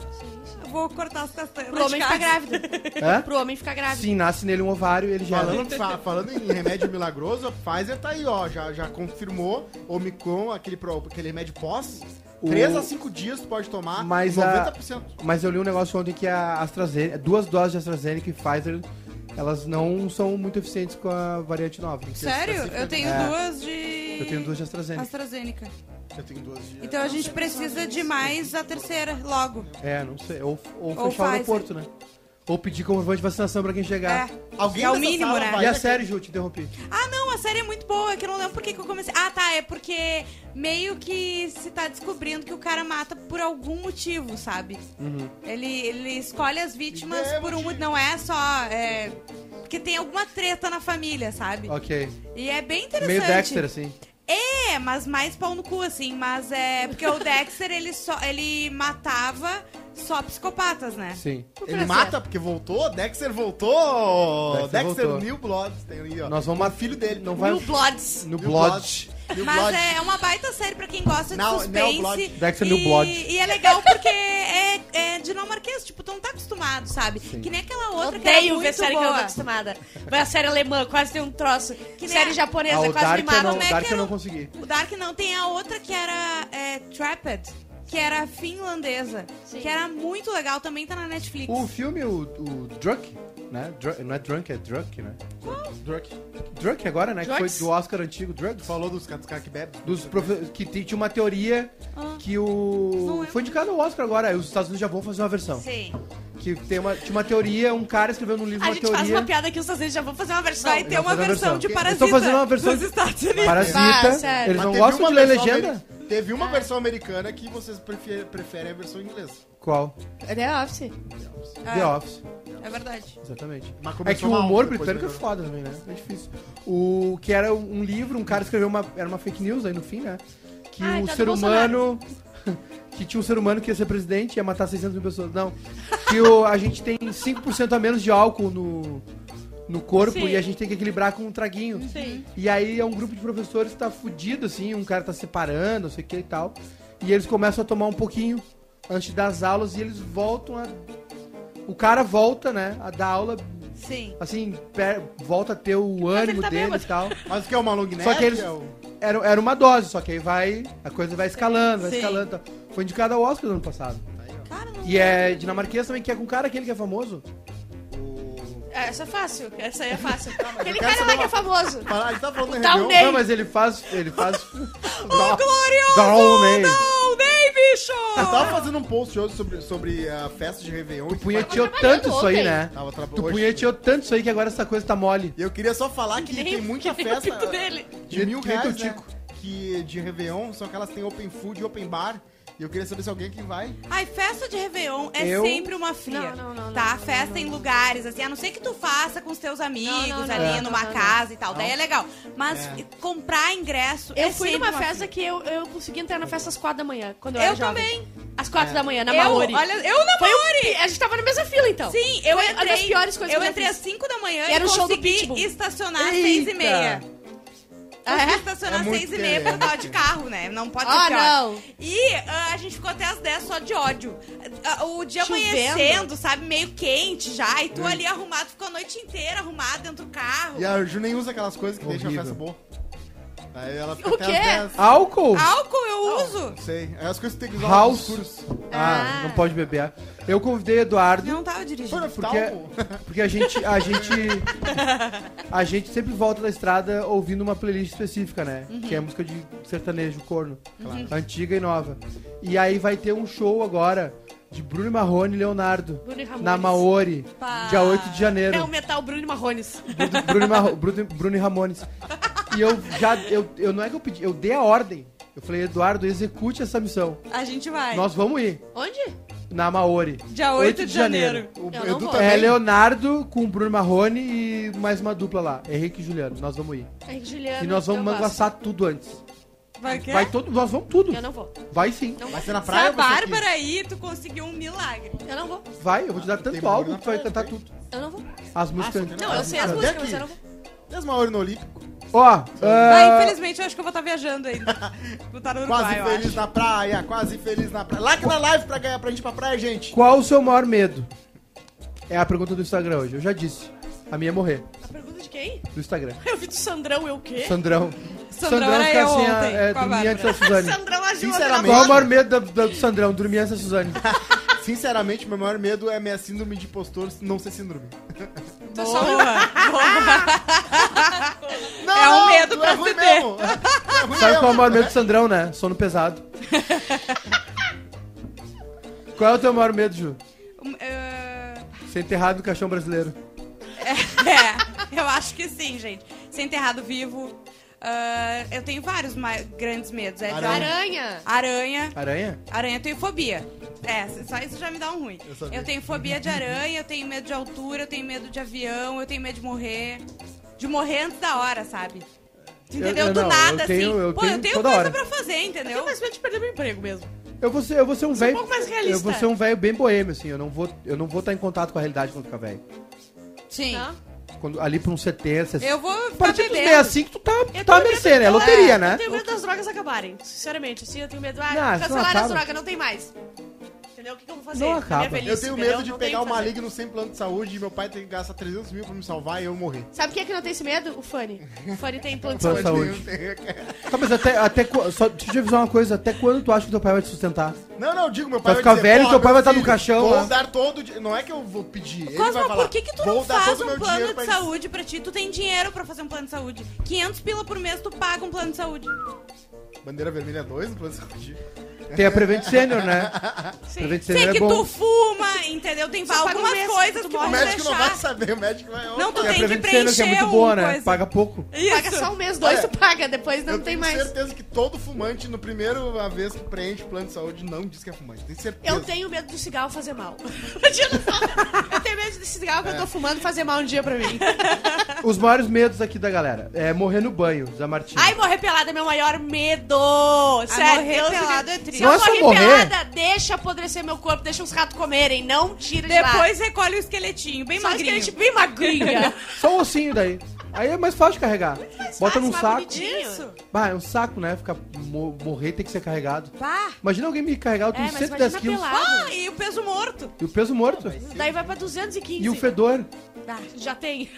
C: Eu Vou cortar as castanhas.
B: pro homem
C: de
B: ficar
C: casa.
B: grávida.
A: Hã?
B: Pro homem ficar grávida.
A: Sim, nasce nele um ovário e ele gera.
D: Falando, fa- falando em remédio milagroso, a Pfizer tá aí, ó. Já, já confirmou Omicron, aquele, pro- aquele remédio pós.
A: O-
D: 3 a 5 dias tu pode tomar,
A: Mas a-
D: 90%.
A: Mas eu li um negócio ontem que a AstraZeneca, duas doses de AstraZeneca e Pfizer, elas não são muito eficientes com a variante nova.
C: Sério? Eu tenho
A: É.
C: duas de.
A: Eu tenho duas de AstraZeneca.
C: AstraZeneca.
D: Eu tenho duas dias.
C: Então a gente precisa de mais a terceira, logo.
A: É, não sei. Ou, ou
C: Ou
A: fechar o
C: Pfizer.
A: aeroporto, né? Ou pedir comprovante de vacinação pra quem chegar.
C: É.
D: Alguém
C: Que é o
D: dessa
C: mínimo,
D: sala
C: né?
D: vai-
A: E a série, Ju, te interrompi.
C: Ah, não, a série é muito boa, é que eu não lembro por que que eu comecei. Ah, tá, é porque meio que se tá descobrindo que o cara mata por algum motivo, sabe?
A: Uhum.
C: Ele, ele escolhe as vítimas
D: É,
C: por um.
D: motivo.
C: Não é só. É, porque tem alguma treta na família, sabe?
A: Ok.
C: E é bem interessante.
A: Meio Dexter, assim.
C: É, mas mais pau no cu, assim. Mas é. Porque o Dexter, ele só. Ele matava só psicopatas, né?
A: Sim.
D: Ele mata porque voltou, Dexter voltou.
A: Dexter
D: Dexter,
A: voltou.
D: New Bloods tem ali, ó.
A: Nós vamos matar
D: filho dele.
A: Não vai...
B: New Bloods.
A: No
D: New
A: Blood.
D: New
C: Mas
D: Blood.
C: é uma baita série pra quem gosta de
D: Não,
C: suspense.
D: Neoblod.
A: Dexter
C: e,
A: Neoblod.
C: e é legal porque é, é dinamarquês, tipo, tu não tá acostumado, sabe? Que nem aquela outra que era
B: Odeio
C: muito
B: ver série que eu não tô
C: boa.
B: acostumada. Vai a série alemã, quase tem um troço.
C: nem
B: série
C: a-
A: Ah,
B: japonesa,
A: o
B: quase né?
A: Dark
B: me
A: eu
B: mata.
A: não,
C: Como é
A: Dark
C: que
A: eu não
C: eu-
A: consegui.
C: O Dark não tem a outra que era é, Trapped, que era finlandesa,
B: Sim.
C: que era muito legal, também tá na Netflix.
A: O filme, o, o Drunk, né? Dru- não é Drunk, é Drunk, né?
D: Drake
A: Drunk agora, né? Que
B: Drugs?
A: foi do Oscar antigo, Drugs.
D: falou dos caras dos caras que bebem.
A: Dos profe- que t- tinha uma teoria que o.
C: Não é.
A: Foi indicado ao Oscar agora, aí os Estados Unidos já vão fazer uma versão.
C: Sim.
A: Que tem uma, tinha uma teoria, um cara escreveu no livro
B: A
A: uma
B: gente
A: teoria.
B: faz uma piada aqui, os Estados Unidos já vão fazer uma versão.
C: Vai ter
A: vou
C: uma
A: fazer a
C: versão,
A: versão.
C: de
A: Eles tão
C: Parasita
A: fazendo uma versão
C: dos
A: de-
C: Estados
B: Bah,
C: Unidos.
A: Parasita.
B: sério.
A: eles
D: Mas
A: não
D: teve
A: gostam
D: uma
A: de ler
D: versão
A: legenda?
D: ameri- Teve uma versão americana que vocês prefe- preferem a versão inglesa.
A: Qual?
E: The Office.
C: Ah.
A: The Office,
B: É verdade.
A: exatamente.
D: Mas
A: É que
D: começou
A: o
D: mal,
A: humor
D: depois
A: britânico é
D: melhorou.
A: foda também, né? É difícil. O que era um livro, um cara escreveu uma. Era uma fake news aí no fim, né? Que
B: Ah,
A: um
B: tá do
A: ser humano. que tinha um ser humano que ia ser presidente e ia matar 600 mil pessoas. Não. Que o- a gente tem 5% a menos de álcool no, no corpo
B: Sim.
A: e a gente tem que equilibrar com um traguinho.
B: Sim.
A: E aí é um grupo de professores que tá fudido, assim, um cara tá separando, não sei o que e tal. E eles começam a tomar um pouquinho antes das aulas e eles voltam a. O cara volta, né, a dar aula,
C: Sim.
A: assim, per- volta a ter o ânimo
B: tá
A: dele
B: bêbado.
A: e tal.
D: Mas o que é uma long neck?
A: Só que eles-
D: É o-
A: Era, era uma dose, só que aí vai. A coisa vai escalando, vai
C: Sim.
A: escalando. e tal. Foi indicada ao Oscar no ano passado.
C: Cara, não.
A: E é dinamarquês também, que é com o cara aquele que é famoso.
B: Essa é fácil. Essa aí é fácil.
E: Aquele
D: eu quero
E: cara lá que
D: saber
E: é
D: uma-
E: famoso.
D: Falar, ele tá falando em
E: Tá um
D: Rebel.
E: Ney.
A: Não, mas ele faz. Ele faz. um
C: O glorioso
A: Downey.
C: Downey, bicho!
D: Eu tava fazendo um post hoje sobre, sobre a festa de Réveillon.
A: Tu
D: que
C: é
A: punheteou
E: Tava
C: um
A: tanto isso aí,
E: ontem.
A: né?
D: Tava tra-
A: Tu
D: hoje.
A: punheteou tanto isso aí que agora essa coisa tá mole.
D: E eu queria só falar que, tem muita festa
B: pinto dele.
D: de mil
A: Que nem teu
D: reais, né?
A: tico.
D: Que de Réveillon, só que elas têm open food e open bar. E eu queria saber se alguém que vai.
C: Ai, festa de Réveillon é
A: Eu-
C: sempre uma fria.
B: Não, não, não,
C: Tá?
B: não,
C: festa em lugares, assim, a não ser que tu faça com os teus amigos
B: Não, não, não,
C: ali
B: não,
C: numa
B: não, não.
C: casa e tal. Daí é legal. Mas
D: É.
C: comprar ingresso é
E: Eu fui
C: sempre
E: numa
C: uma
E: festa
C: fria.
E: que eu, eu consegui entrar na festa às quatro da manhã, quando eu,
C: Eu
E: era jovem.
C: também.
E: Às
A: É.
E: quatro da manhã, na
C: eu,
E: Maori.
C: Olha, eu na
E: Foi o-
C: Maori.
E: A gente tava na mesma fila, então.
C: Sim, eu
E: Foi
C: entrei.
E: uma das piores coisas
C: eu
E: que eu já
C: entrei
E: fiz.
C: às 5 da manhã
E: E era o
C: e
E: show do
C: consegui
E: Pitbull.
C: estacionar às 6 e
A: Eita!
C: meia.
E: Ah,
C: Consegui
E: é?
C: estacionar
D: É
C: às
D: muito
C: 6 e meia
D: querer,
C: por
D: é
C: causa
D: muito
C: de carro, né? Não pode ser
E: Ah,
C: pior.
E: não.
C: E ah, a gente ficou até às 10 só de ódio. Ah, o dia
E: Chovendo.
C: amanhecendo, sabe? Meio quente já. E tu ali arrumado, ficou a noite inteira arrumado dentro do carro.
D: Hum. E a Ju nem usa aquelas coisas que deixam a
A: Horrível.
D: festa boa. Aí ela fica
E: O
D: até
E: quê?
D: as 10.
A: Álcool?
C: Álcool eu uso?
D: Não sei. É as coisas que tem que usar
A: House.
D: nos cursos.
A: Ah,
E: Ah.
A: não pode beber. Eu convidei Eduardo
C: Não tava dirigindo.
D: Por-
A: porque porque a gente a gente a gente sempre volta da estrada ouvindo uma playlist específica, né? Que é música de sertanejo corno, Uhum. antiga e nova. E aí vai ter um show agora de Bruno e Marrone e Leonardo
E: Bruno e Ramones.
A: na Maori,
C: Pá.
A: dia 8 de janeiro.
B: um
E: É o metal Bruno e Marrones.
A: Bruno, Bruno, e Marro- Bruno, Bruno e Ramones. E eu já eu, eu não é que eu pedi, eu dei a ordem. Eu falei, Eduardo, execute essa missão.
C: A gente vai.
A: Nós vamos ir
E: Onde?
A: na Maori.
C: É. Dia 8, de janeiro.
D: O
E: Eu não
D: Edu
E: vou.
D: também.
A: É Leonardo com Bruno Marrone e mais uma dupla lá, Henrique e Juliano. Nós vamos ir.
E: Ai, Juliana.
A: E nós vamos
E: eu gosto.
A: manguaçar tudo antes.
C: Vai quê?
A: Vai todo, nós vamos tudo.
E: Eu não vou.
A: Vai sim.
D: Vai ser na
C: Se
D: praia
C: a
D: ou vai ser aqui?
C: Bárbara aí, tu conseguiu um milagre.
E: Eu não vou.
A: Vai, eu vou te dar tanto
D: Tem
A: álbum
D: na né?
A: que tu vai
D: praia,
A: cantar
D: tem.
A: tudo.
E: Eu não vou.
A: As músicas.
D: sim,
E: Não, eu sei as
D: Cadê
E: músicas, mas
D: aqui?
E: eu não vou.
D: Tem as maiores no Olímpico.
A: Ó,
C: Ah,
A: ah,
C: infelizmente eu acho que eu vou estar viajando ainda. Vou estar no
D: Quase
C: Uruguai, eu
D: feliz
C: acho.
D: na praia, quase feliz na praia. Like na live pra, ganhar, pra gente ir pra praia, gente.
A: qual o seu maior medo? É a pergunta do Instagram hoje. Eu já disse. A minha é morrer.
E: A pergunta de quem?
A: Do Instagram.
E: Eu vi do Sandrão, eu o quê?
A: Sandrão.
C: Sandrão era
A: fica
C: eu
A: a-
C: ontem,
A: é,
C: com a
A: dormir antes da Suzane.
E: Sandrão ajuda.
D: Sinceramente-
A: Qual o maior medo da- da- do Sandrão? Dormir antes da Suzane.
D: Sinceramente, meu maior medo é a minha síndrome de impostor não ser síndrome.
C: Tô só uma. É um medo
D: tu
C: pra
D: é ruim
C: se ter.
D: mesmo. Tu é ruim
A: Sabe qual é o
D: mesmo.
A: maior medo do Sandrão, né? Sono pesado. qual é o teu maior medo, Ju?
C: Um, eh,
A: Ser enterrado no caixão brasileiro.
C: É, eu acho que sim, gente. Ser enterrado vivo. Ah, eu tenho vários mai- grandes medos. É
E: né?
D: Aranha.
E: Aranha.
C: aranha.
A: Aranha?
C: Aranha eu tenho fobia. É, só isso já me dá um ruim.
D: Eu sabia.
C: Eu tenho fobia de aranha, eu tenho medo de altura, eu tenho medo de avião, eu tenho medo de morrer. De morrer antes da hora, sabe? Tu
A: Eu-
C: Entendeu?
A: eu
C: Do
A: não,
C: nada,
A: eu tenho-
C: assim.
A: eu
C: Pô, eu
A: tenho
C: tenho
A: toda
C: coisa
A: hora.
C: pra fazer, entendeu?
E: Eu mais medo de perder meu emprego mesmo.
A: Eu vou ser, eu vou ser um velho.
E: pouco mais realista.
A: Eu vou ser um velho bem boêmio, assim. Eu não vou, eu não vou estar em contato com a realidade quando ficar velho.
C: Sim.
E: Não?
A: Quando, ali pra uns 70, 60.
C: Eu né? vou
A: A
C: ficar
A: partir dos
C: bebendo.
A: 65, tu tá,
E: Eu
A: tá à
E: tenho
A: mercê,
E: medo-
A: né?
B: então,
E: é,
A: Loteria, né?
E: Eu tenho medo das drogas acabarem, sinceramente. Assim, eu tenho medo. Ah,
A: Não, isso não
E: cancelaram as
A: acaba.
E: drogas, não tem mais. Entendeu? O que, que eu vou fazer?
A: Não
E: Na
A: acaba.
E: Minha
C: É
E: velhice,
D: Eu tenho
E: entendeu?
D: medo de
E: Não tenho
D: pegar
E: o
D: o
E: que fazer.
D: maligno sem plano de saúde e meu pai tem que gastar 300 mil pra me salvar e eu morrer. tipo,
E: Sabe quem é que não tem esse medo? O Fanny. O Fanny tem plano de
A: Plano
E: saúde.
A: de saúde. Tá, mas até, até qu- só deixa eu te avisar uma coisa, até quando tu acha que teu pai vai te sustentar?
D: Não, não, eu digo, meu
A: Vai
D: pai
A: ficar
D: dizer,
A: velho,
D: "Pô,
A: teu pai
D: meu
A: vai tá no
D: filho,
A: caixão
D: Vou
A: lá."
D: dar todo o di- Não é que eu vou pedir. Ele vai
C: Cosma,
D: falar,
C: por que, que tu
D: vou
C: não
D: dar
C: faz
D: todo o
C: um
D: meu
C: plano
D: dinheiro
C: de
D: pra eles."
C: saúde pra ti? Tu tem dinheiro pra fazer um plano de saúde. 500 pila por mês tu paga um plano de saúde.
D: é Bandeira vermelha 2 no plano de saúde.
A: Tem a Prevent Senior, né? Prevent
C: Sei
A: Senior
C: que
A: é bom.
C: tu fuma, entendeu? Tem
B: Só paga um
C: algumas
B: mês,
C: coisas
B: tu
C: que
B: morre.
C: vão
D: O médico não vai
C: deixar.
D: saber, o médico vai.
C: Não,
A: E
C: tu
A: a
C: tem que
A: Prevent Senior que
C: preencher
A: é muito
C: um
A: boa, né?
C: coisa.
A: Paga pouco.
C: Isso.
B: Paga só um mês, dois,
D: Olha,
B: tu paga, depois não
D: É. eu
B: tem
D: tenho
B: mais.
D: certeza que todo fumante, no primeiro a vez que preenche o plano de saúde, não diz que é fumante. Tem certeza.
B: Eu tenho medo do cigarro fazer mal. Imagina só. Eu tenho medo desse cigarro que eu tô
D: É.
B: fumando fazer mal um dia pra mim.
A: Os maiores medos aqui da galera é morrer no banho, da Martina.
B: Ai, morrer pelada é meu maior medo. Sério,
C: morrer
B: Deus me
C: pelada
B: livre.
C: é triste.
B: Se eu
A: Não é só
B: morrer,
A: morrer.
B: pelada, deixa apodrecer meu corpo, deixa os ratos comerem, não tira de lá.
C: Depois recolhe o esqueletinho, bem
B: Só
C: magrinho.
B: esqueleto bem magrinha.
A: Só o ossinho daí. Aí é mais fácil de carregar. Bota
B: fácil,
A: num
B: mais
A: saco.
B: bonitinho.
C: Isso.
A: Bah, é um saco, né? Ficar mo- morrer tem que ser carregado.
C: Pá.
A: Imagina alguém me carregar, eu tenho
F: É, mas
A: 110
F: imagina
A: quilos.
F: pelado.
C: Ah, e o peso morto.
A: E o peso morto.
B: Daí vai pra 215.
A: E o fedor.
B: Ah, já tem.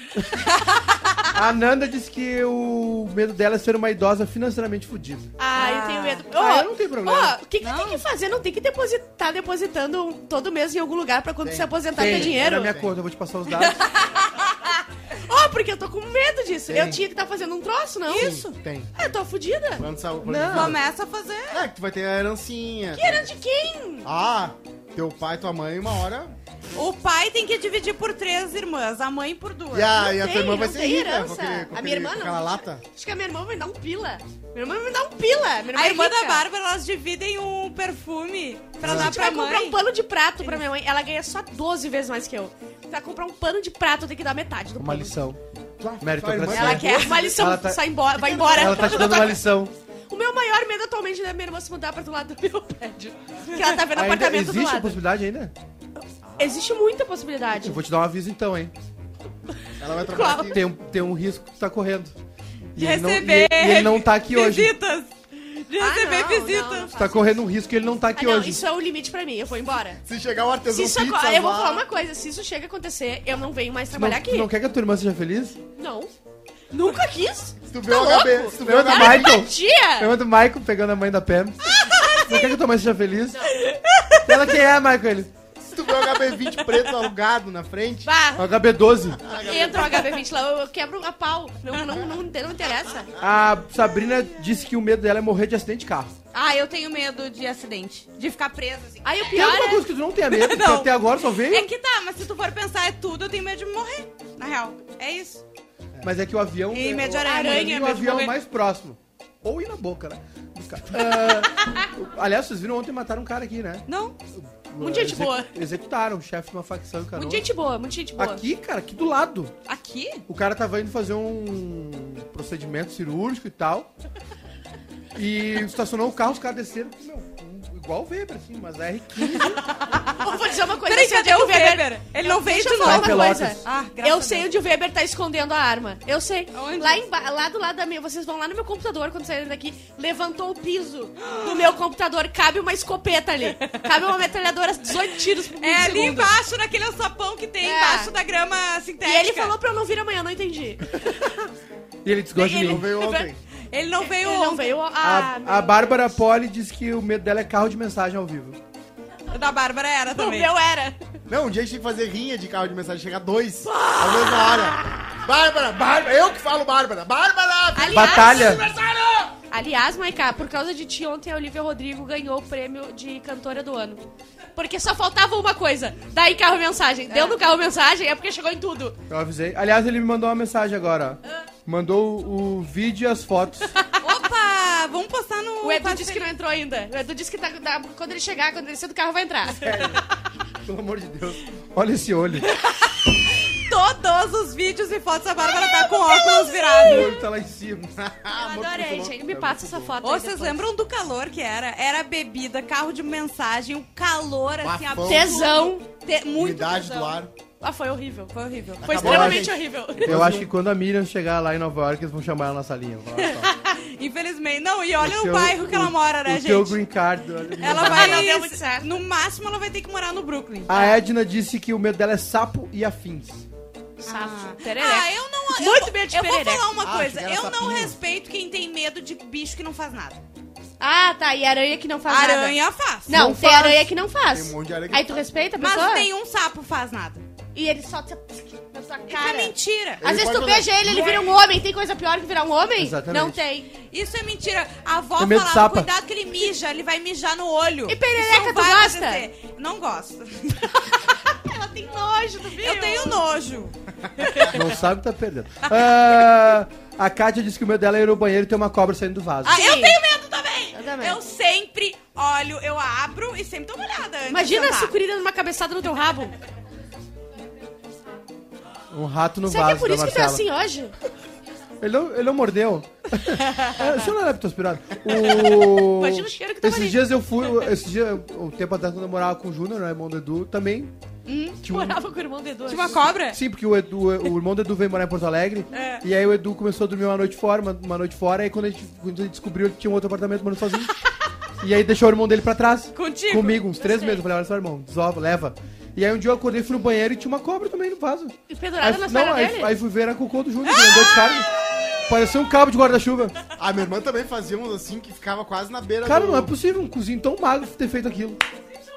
B: Ah,
A: A Nanda disse que o medo dela é ser uma idosa financeiramente fodida.
B: Ai, eu
C: Ah.
B: tenho medo.
A: Ah,
B: Ó,
A: eu não tenho problema.
B: ó, o que, que tem que fazer? Não tem que depositar depositando todo mês em algum lugar pra quando se aposentar
A: Tem, É
B: ter dinheiro?
A: Na minha conta, eu vou te passar os dados.
B: Ó, porque eu tô com medo disso.
A: Tem.
B: Eu tinha que estar fazendo um troço, não? Isso.
A: Tem.
B: Ah, eu tô fodida.
D: Plano de saúde.
A: Não.
D: plano de
C: Começa a fazer.
D: vida. É, que tu vai ter a herancinha.
B: Que era de quem?
D: Ah, teu pai, tua mãe, uma hora.
C: O pai tem que dividir por três irmãs, a mãe por duas.
D: E a, e a
B: tem,
D: tua irmã
B: não
D: vai
B: tem
D: ser rica.
B: herança.
D: com aquele- com
B: A minha
D: aquele-
B: irmã
D: com
B: não.
D: Aquela lata.
B: Acho que a minha irmã vai me dar um pila. Minha irmã vai me dar um pila. Minha irmã
C: A
B: é
C: irmã
B: rica.
C: da Bárbara, elas dividem um perfume pra
B: A
C: dar
B: gente
C: pra
B: vai comprar
C: mãe.
B: um pano de prato pra minha mãe. Ela ganha só 12 vezes mais que eu. Vai comprar um pano de prato, eu tenho que dar metade do
A: Uma
B: pano.
A: lição.
D: Tua- tua
A: Meritocracia.
D: irmã
B: Ela
D: é
B: quer uma lição,
A: Ela tá-
B: sai embora, vai embora.
A: Ela tá te dando uma lição.
B: O meu maior medo atualmente é minha irmã se mudar pra do lado do meu prédio. Que ela tá vendo
A: Ainda
B: apartamento
A: existe
B: do
A: a
B: lado.
A: possibilidade ainda?
B: Existe muita
A: Eu
B: possibilidade.
A: vou te dar um aviso então, hein?
D: Ela vai trocar
B: Qual?
D: aqui.
A: Tem um, tem um risco que tu tá correndo. E
C: De
A: ele não- e-
C: receber
A: e ele não tá aqui hoje.
C: visitas. De
B: Ah,
C: receber
B: não, não, não
C: visitas.
A: Tu tá correndo um risco e ele não tá
B: Ah,
A: aqui
B: não,
A: hoje. um
B: isso é o limite pra mim, eu vou embora.
D: Se chegar o artesão
B: Se isso,
D: pizza,
B: aco- eu vou
D: lá-
B: falar uma coisa, se isso chega a acontecer, eu não venho mais
A: Tu
B: é trabalhar
A: não, tu
B: aqui.
A: não quer que a tua irmã seja feliz?
B: Não. Nunca quis. Tá
D: Se tu vê o HB, se tu vê o
A: Meu
D: HB.
A: Deus. Michael.
B: Batia.
A: então. Eu ando o Michael pegando a mãe da Pam. Não quer que a tua mãe seja feliz? Ela quem é, Michael? Ele.
D: Se tu vê o HB20 preto alugado na frente.
B: Bah,
A: HB12.
B: entra o HB20 lá, eu, eu quebro a pau. Não, não, não, não interessa.
A: A Sabrina disse que o medo dela é morrer de acidente de carro.
C: Ah, eu tenho medo de acidente. De ficar presa, assim.
B: Aí o
A: Tem
B: pior
A: alguma
B: é...
A: coisa que tu não tenha medo, porque
C: Não.
A: até agora só veio.
C: É que tá, mas se tu for pensar, é tudo, eu tenho medo de morrer. Na real. É isso.
A: Mas é que o avião.
C: E
A: é,
C: medo de
A: o-
C: aranha,
A: pra mim,
C: medo
A: o
C: de
A: avião é
C: morrer.
A: mais próximo. Ou ir na boca, né? Dos caras. Ah, o- aliás, vocês viram ontem mataram um cara aqui, né?
C: Não?
B: Muita gente boa.
A: Executaram o chefe de uma facção e cara.
B: Muita gente boa, muita gente boa.
A: Aqui, cara, aqui do lado.
C: Aqui?
A: O cara tava indo fazer um procedimento cirúrgico e tal. E estacionou o carro, os caras desceram, meu, um- igual o Weber, assim, mas R15.
B: Eu vou dizer uma coisa.
C: Peraí,
B: eu sei
C: cadê
B: onde é
C: o Weber? Ele não veio
B: Deixa
C: de
B: eu falar
A: Lá em
C: novo.
B: uma
A: Pelotas.
B: coisa.
C: Ah, graças
B: eu
C: a
B: sei
C: Deus.
B: onde o Weber tá escondendo a arma. Eu sei.
C: Aonde?
B: Lá, emba- lá do lado da minha. Vocês vão lá no meu computador quando saírem daqui. Levantou o piso do meu computador. Cabe uma escopeta ali. Cabe uma metralhadora, 18 tiros por
C: É ali
B: segundo.
C: embaixo, naquele alçapão que tem
B: É.
C: embaixo da grama sintética.
B: E ele falou pra eu não vir amanhã, não entendi.
A: e ele desgosta de
C: Ele-
A: mim.
D: Não veio ontem.
C: Ele não veio
B: Ele não
C: ontem.
B: veio. Ah,
A: A,
B: meu
A: a Bárbara Poli diz que o medo dela é carro de mensagem ao vivo.
C: O da Bárbara era
B: Deus. O
C: também.
B: meu era.
D: Não, um dia a gente tem que fazer rinha de carro de mensagem, chegar dois. Ao mesmo hora. Bárbara, Bárbara, eu que falo Bárbara. Bárbara!
B: Aliás,
A: Batalha!
B: Aliás, Maiká, por causa de ti, ontem a Olivia Rodrigo ganhou o prêmio de cantora do ano. Porque só faltava uma coisa. Daí carro mensagem. Deu no carro mensagem, é porque chegou em tudo.
A: Eu avisei. Aliás, ele me mandou uma mensagem agora.
B: Ah.
A: ó. Mandou o, o vídeo e as fotos.
C: Opa, vamos postar no...
B: O Edu disse que não entrou ainda. O Edu disse que tá- tá- quando ele chegar, quando ele sair do carro, vai entrar.
C: É,
A: Pelo amor de Deus. Olha esse olho.
C: Todos os vídeos e fotos da Bárbara tá com óculos virados.
A: O olho tá lá em cima.
D: Amor, que
B: Adorei,
D: louco.
B: gente. Me passa essa foto.
C: Ô,
B: aí
C: vocês
B: depois.
C: lembram do calor que era? Era bebida, carro de mensagem, o calor assim,
D: Bafão.
C: absurdo.
B: Tesão.
C: Te- muito
D: Umidade
C: tesão.
D: do ar.
B: Ah, foi horrível. Foi,
C: Foi horrível.
B: foi
D: Acabou,
B: extremamente
D: né,
B: horrível.
A: Eu
B: assim,
A: acho que quando a Miriam chegar lá em Nova York, eles vão chamar ela na salinha. Vão falar, "Ó,
C: Infelizmente. Não, e olha o,
A: seu-
C: bairro que ela
A: o-
C: mora, né,
A: o teu
C: gente?
A: green card. olha.
C: Ela vai.
B: Ah, Não deu muito certo. Ah,
C: No máximo, ela vai ter que morar no Brooklyn.
A: A Edna disse que o medo dela é sapo e afins.
B: Safo.
C: Ah,
B: Tereré.
C: eu não. eu
B: Muito
C: vou-
B: medo de
C: Eu vou
B: perereca.
C: falar uma
D: Ah,
C: coisa.
A: tá
D: chegaram
C: Eu não
D: sapinho.
C: respeito quem tem medo de bicho que não faz nada.
B: Ah, tá. E aranha que não faz nada.
C: Aranha faz.
B: Não,
A: Não
B: tem
A: faz.
B: aranha que não faz.
D: Tem um monte de aranha que
B: Aí
D: não
B: tu respeita a
C: Mas
B: pessoa? é?
C: nenhum sapo faz nada.
B: E ele solta na tua
C: Isso é
B: cara.
C: mentira.
B: Às
D: Ele
B: vezes tu
D: pode fazer-
B: beija ele, ele vira um homem. Tem coisa pior que virar um homem?
A: Exatamente.
B: Não tem.
C: Isso é mentira. A avó
A: Tem medo de
C: falava,
A: sapa.
C: cuidado que ele mija, ele vai mijar no olho.
B: E perereca,
C: Isso
B: tu
C: não vai
B: gosta?
C: acontecer. Não gosto.
B: Ela tem nojo, do viu?
C: Eu tenho nojo.
A: Não sabe, tá perdendo. Ah, a Kátia disse que o medo dela é ir no banheiro e ter uma cobra saindo do vaso.
C: Ah, eu
B: Sim.
C: tenho medo também.
B: Eu também.
C: sempre olho, eu abro e sempre dou uma olhada antes
B: Imagina
C: de
B: a
C: sentar.
B: sucurina numa cabeçada no teu rabo.
A: Um rato no
B: Será que é
A: vaso
B: por
A: da
B: isso que tu é
A: Marcela.
B: assim hoje?
A: Ele não, ele não mordeu. é, o celular é aspirado. O...
B: Imagina o cheiro que tava
A: Esses
B: ali.
A: dias eu fui, esses dias, um tempo atrás, quando eu morava com o Júnior, né, o irmão do Edu, também. tinha um-
B: Morava com o irmão de dois.
C: Tinha uma cobra?
A: Sim, porque o, Edu, o irmão do Edu veio morar em Porto Alegre.
C: É.
A: E aí o Edu começou a dormir uma noite fora, uma, uma noite fora. E quando a gente, quando a gente descobriu, ele tinha um outro apartamento morando sozinho. e aí deixou o irmão dele pra trás.
C: Contigo?
A: Comigo, uns três meses. Eu falei, olha só, irmão, desova, leva. E aí um dia eu acordei, fui no banheiro e tinha uma cobra também no vaso.
B: E Pendurada
A: aí,
B: nas
A: não,
B: pernas
A: aí,
B: dele?
A: aí fui ver a cocô do Júnior, que andou de carne. Parecia um cabo de guarda-chuva.
C: Tá
D: A Ah, minha irmã também fazia uns assim que ficava quase na beira
A: Cara,
D: do...
A: não é possível um cozinho tão magro ter feito aquilo.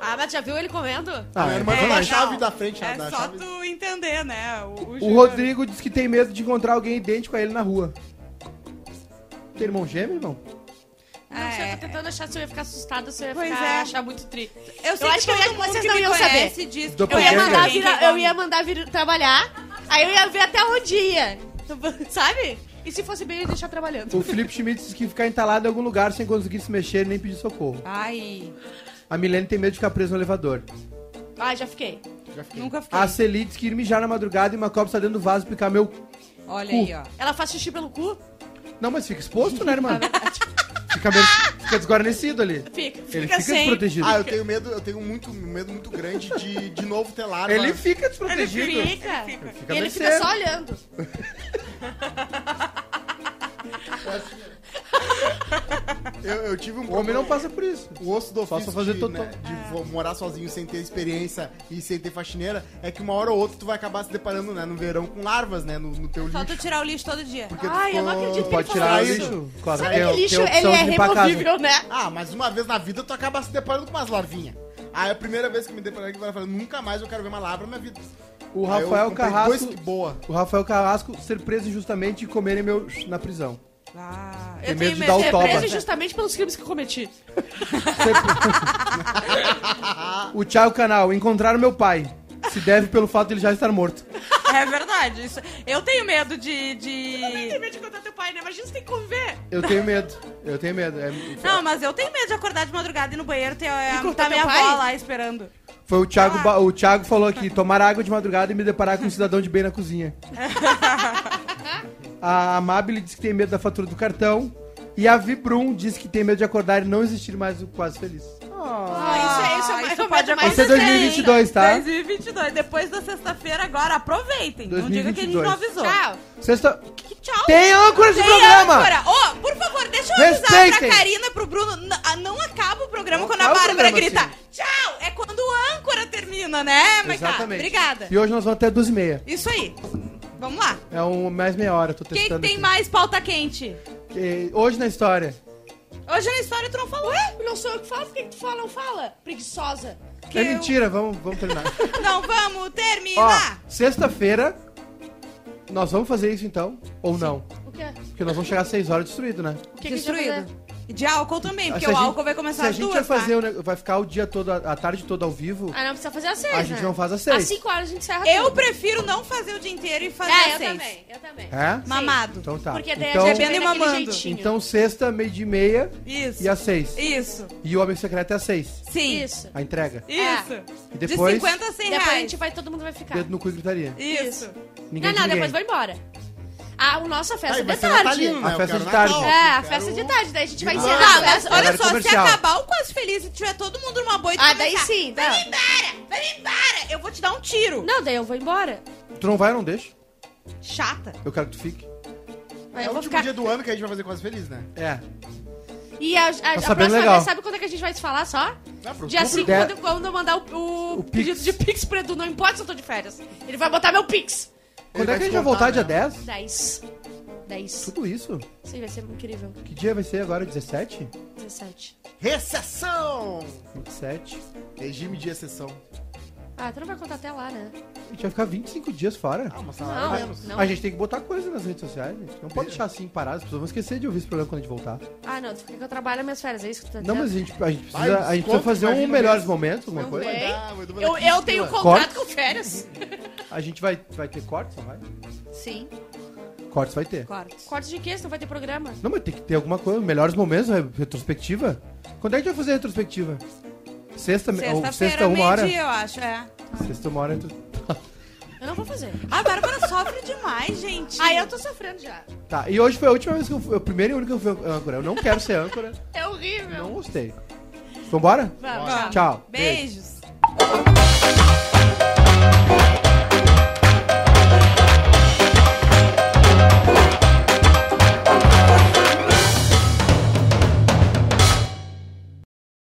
B: Ah, mas já viu ele comendo?
D: A minha
A: é
B: Ah,
D: irmã
A: mais-
D: é,
C: não.
D: da chave da frente,
C: É
D: da
C: só
D: chave.
C: tu entender, né?
A: o Rodrigo diz que tem medo de encontrar alguém idêntico a ele na rua. Tem irmão gêmeo, irmão?
B: Não sei, eu
C: É.
B: tô tentando achar se eu ia ficar assustada, se eu ia
C: Pois
B: ficar,
C: é.
B: achar muito tri.
C: Eu, sei
B: Eu
C: que
B: acho que eu
C: todo
B: ia-
C: mundo
B: vocês
C: que
B: não
C: me
B: iam
C: conhece
B: saber.
C: Diz que
A: Eu
B: Eu ia
A: Porque
B: mandar
A: ninguém
B: vir, eu ia mandar vir trabalhar, aí eu ia ver até onde ia. Sabe? E se fosse bem, eu ia deixar trabalhando.
A: O Felipe Schmidt diz que ficar entalado em algum lugar sem conseguir se mexer nem pedir socorro.
C: Ai,
A: A Milene tem medo de ficar presa no elevador.
B: Ah, já fiquei.
C: nunca fiquei.
A: A Celi diz que ir mijar na madrugada e uma cobra está dentro do vaso e picar meu.
C: Olha
A: cu.
C: aí, ó.
B: Ela faz xixi pelo cu?
A: Não, mas fica exposto, né, irmã? Fica, meio- fica desguarnecido ali.
B: Fica.
A: Ele fica
B: fica sem.
A: desprotegido.
D: Ah, eu tenho medo, eu tenho muito um medo muito grande de, de novo ter larva.
A: Ele fica desprotegido.
B: Fica.
A: fica
B: E ele
A: bem
B: fica
A: sério.
B: só olhando.
D: Eu, eu tive um
A: O homem não passa por isso.
D: O osso do
A: Só
D: ofício
A: só fazer
D: de,
A: totó.
D: né, de vo- morar sozinho sem ter experiência e sem ter faxineira é que uma hora ou outra tu vai acabar se deparando, né, no verão com larvas, né, no, no teu
C: Só tu
D: lixo.
C: tirar o lixo todo dia.
D: Porque tu
B: Ai, eu não
D: ficou-
B: acredito que
A: Pode
B: ele
A: tirar
B: falou
A: o
B: isso.
A: lixo. Claro,
B: Sabe
A: tem-
B: que
A: tem
B: lixo,
A: opção
B: ele
A: de
B: é
A: limpar a casa.
B: removível, né?
D: Ah, mas uma vez na vida tu acaba se deparando com umas larvinhas. Aí a primeira vez que me deparei com larva, eu falei, nunca mais eu quero ver uma larva na minha vida.
A: O
D: Aí eu
A: Rafael
D: comprei
A: Carrasco.
D: Dois que boa.
A: O Rafael Carrasco ser preso injustamente e comerem meu na prisão.
C: Ah,
A: Tem
C: eu
A: medo
C: tenho
A: de
C: medo
A: dar o
C: de ser
A: toba.
B: Preso
C: preso.
B: justamente pelos crimes que cometi.
A: O Thiago Canal, encontraram meu pai. Se deve pelo fato de ele já estar morto.
C: É verdade. Isso. Eu tenho medo de. de...
B: medo de contar teu pai, né? Imagina se tem que conviver.
A: Eu tenho medo. Eu tenho medo. É-
C: Não, mas eu tenho medo de acordar de madrugada e ir no banheiro ter a,
B: contar
C: tá minha
B: teu pai?
C: avó lá esperando.
A: foi o Thiago, Ba- o Thiago falou aqui: tomar água de madrugada e me deparar com um cidadão de bem na cozinha. A Amabile diz que tem medo da fatura do cartão. E a Vibrum diz que tem medo de acordar e não existir mais o Quase Feliz.
B: Ah, isso é- isso é mais- mais-
C: isso pode
B: mais-
A: Esse é
C: acontecer,
A: 2022,
C: hein?
A: tá?
C: 2022, depois da sexta-feira, agora aproveitem. Não diga que a gente não
A: 2022.
C: avisou.
B: Tchau.
A: Sexta.
C: Que Tchau.
A: Tem âncora de
C: Tem
A: programa!
C: âncora. Ô, por favor, deixa eu avisar pra
A: Respeitem.
C: Karina, pro Bruno. n- ah, Não acaba o programa quando a
A: acaba o
C: Bárbara grita.
A: programa,
C: Tchau! É quando o âncora termina, né, Maiká? Obrigada.
A: E hoje nós vamos até 12 e meia.
C: Isso aí. Vamos lá.
A: É um, mais meia hora, eu tô
C: Quem que
A: testando.
C: tem
A: aqui.
C: mais pauta quente?
A: Que- Hoje na história.
C: Hoje na história tu não falou.
B: Não sou eu que falo, por que que tu fala, não fala? Preguiçosa.
C: Que
A: é
C: eu-
A: mentira, vamos, vamos terminar.
C: Não, vamos
A: Ó,
C: terminar.
A: sexta-feira. Nós vamos fazer isso então? Ou não?
B: O que é?
A: Porque nós vamos chegar às 6 horas destruído, né?
B: O que que a gente vai
C: Destruído.
B: fazer?
C: E De álcool também, porque
A: Ah, Se a
C: o
A: gente-
C: álcool vai começar
A: Se a
C: às
A: gente
C: duas.
A: vai fazer,
C: tá?
A: o ne- vai ficar o dia todo, a a tarde toda ao vivo,
B: Ah, não precisa fazer às seis,
A: a gente
B: né?
A: não faz às seis.
B: Às cinco horas a gente encerra
C: Eu
B: tudo.
C: prefiro não fazer o dia inteiro e fazer
B: É, eu
C: às seis.
B: também, eu também.
A: é?
C: Mamado.
A: Então tá.
B: Porque
C: é
B: daí
A: então,
B: a gente vem
C: Bebendo e
B: daquele
C: mamando.
B: jeitinho.
A: então sexta, meio-dia e meia
C: Isso.
A: e às seis.
C: Isso.
A: E o Homem Secreto é às seis.
C: Sim.
B: Isso.
A: A entrega.
C: Isso.
A: E depois-
C: De 50 a 100
B: É. Depois a
C: reais.
B: gente vai, todo mundo vai
C: Tá.
B: ficar.
A: Dedo no cu e gritaria.
C: Isso.
A: Ninguém
B: não, não,
A: de ninguém.
B: depois vai embora. Ah, o nossa festa
D: Aí
B: é
D: vai
B: de
D: ser
A: tá
B: tarde.
D: natalino, né?
A: A
D: Eu
A: festa
D: quero
A: de tarde.
D: Natal,
B: É, a
D: eu
B: festa é
D: quero-
B: de tarde, daí a gente vai
A: Não,
B: encerrar.
C: Tá,
B: a
C: mas
B: festa.
C: olha
A: Horário
C: só,
A: comercial.
C: se acabar o Quase Feliz e tiver todo mundo numa boa e tu
B: Ah, daí
C: começar,
B: sim,
C: Vai
B: tá.
C: embora, vai embora, eu vou te dar um tiro.
B: Não, daí eu vou embora.
A: Tu não vai, eu não deixo.
C: Chata.
A: Eu quero que tu fique.
B: Aí
D: É
B: eu vou
D: o último
B: ficar.
D: dia do ano que a gente vai fazer quase feliz, né?
A: É.
B: E a, a, a
A: sabendo
B: próxima
A: legal.
B: vez, sabe quando é que a gente vai se falar só?
D: Ah, pro
B: Dia
D: público.
B: 5,
A: der-
B: quando, quando eu mandar o, o,
A: O
B: pedido
A: Pix.
B: de Pix pra Edu. Não importa se eu tô de férias. Ele vai botar meu Pix.
A: Quando é
D: vai
A: que a gente
D: te
A: vai voltar?
D: contar,
A: Dia
D: né?
A: 10?
B: 10. 10.
A: Tudo isso?
B: Isso aí vai ser incrível.
A: Que dia vai ser agora? 17?
B: 17.
D: Recessão!
A: 27?
D: Regime de exceção.
B: Ah, tu não vai contar até lá, né?
A: A gente vai ficar 25 dias fora.
D: Ah, mas
B: Não,
D: salário menos.
B: não.
A: A gente tem que botar coisa nas redes sociais, gente. Não pode deixar assim parado, as pessoas vão esquecer de ouvir esse programa quando a gente voltar.
B: Ah, não, tu quer que eu trabalho nas minhas férias, é isso que tu tá
A: Não,
B: dizendo?
A: mas a gente, a gente
D: Vai,
A: precisa, a gente precisa
D: desconto,
A: fazer um
D: imagina é.
A: melhores
D: mesmo.
A: momentos, alguma
B: Não
A: coisa.
B: vem.
E: Eu, eu tenho
D: conta.
E: contrato com férias.
A: A gente vai, vai ter cortes, não vai?
E: Sim.
A: Cortes vai ter.
C: Cortes.
B: Corte de quê? Se não vai ter programa?
A: Não, mas tem que ter alguma coisa, melhores momentos, re- retrospectiva. Quando é que a gente vai fazer a retrospectiva? Sexta, ou sexta
C: Sexta-feira,
A: uma hora?
C: meio-dia, eu acho, é.
A: Sexta, uma hora. retro-
B: Eu não vou fazer.
C: A Bárbara sofre demais, gente.
B: Ah,
E: Aí eu tô sofrendo já.
A: Tá, e hoje foi a última vez que eu fui, a primeira e única que eu fui âncora. Eu não quero ser âncora,
E: É horrível.
A: não gostei. Vambora?
E: Vamos.
C: Vamos.
A: Tchau.
C: Beijos.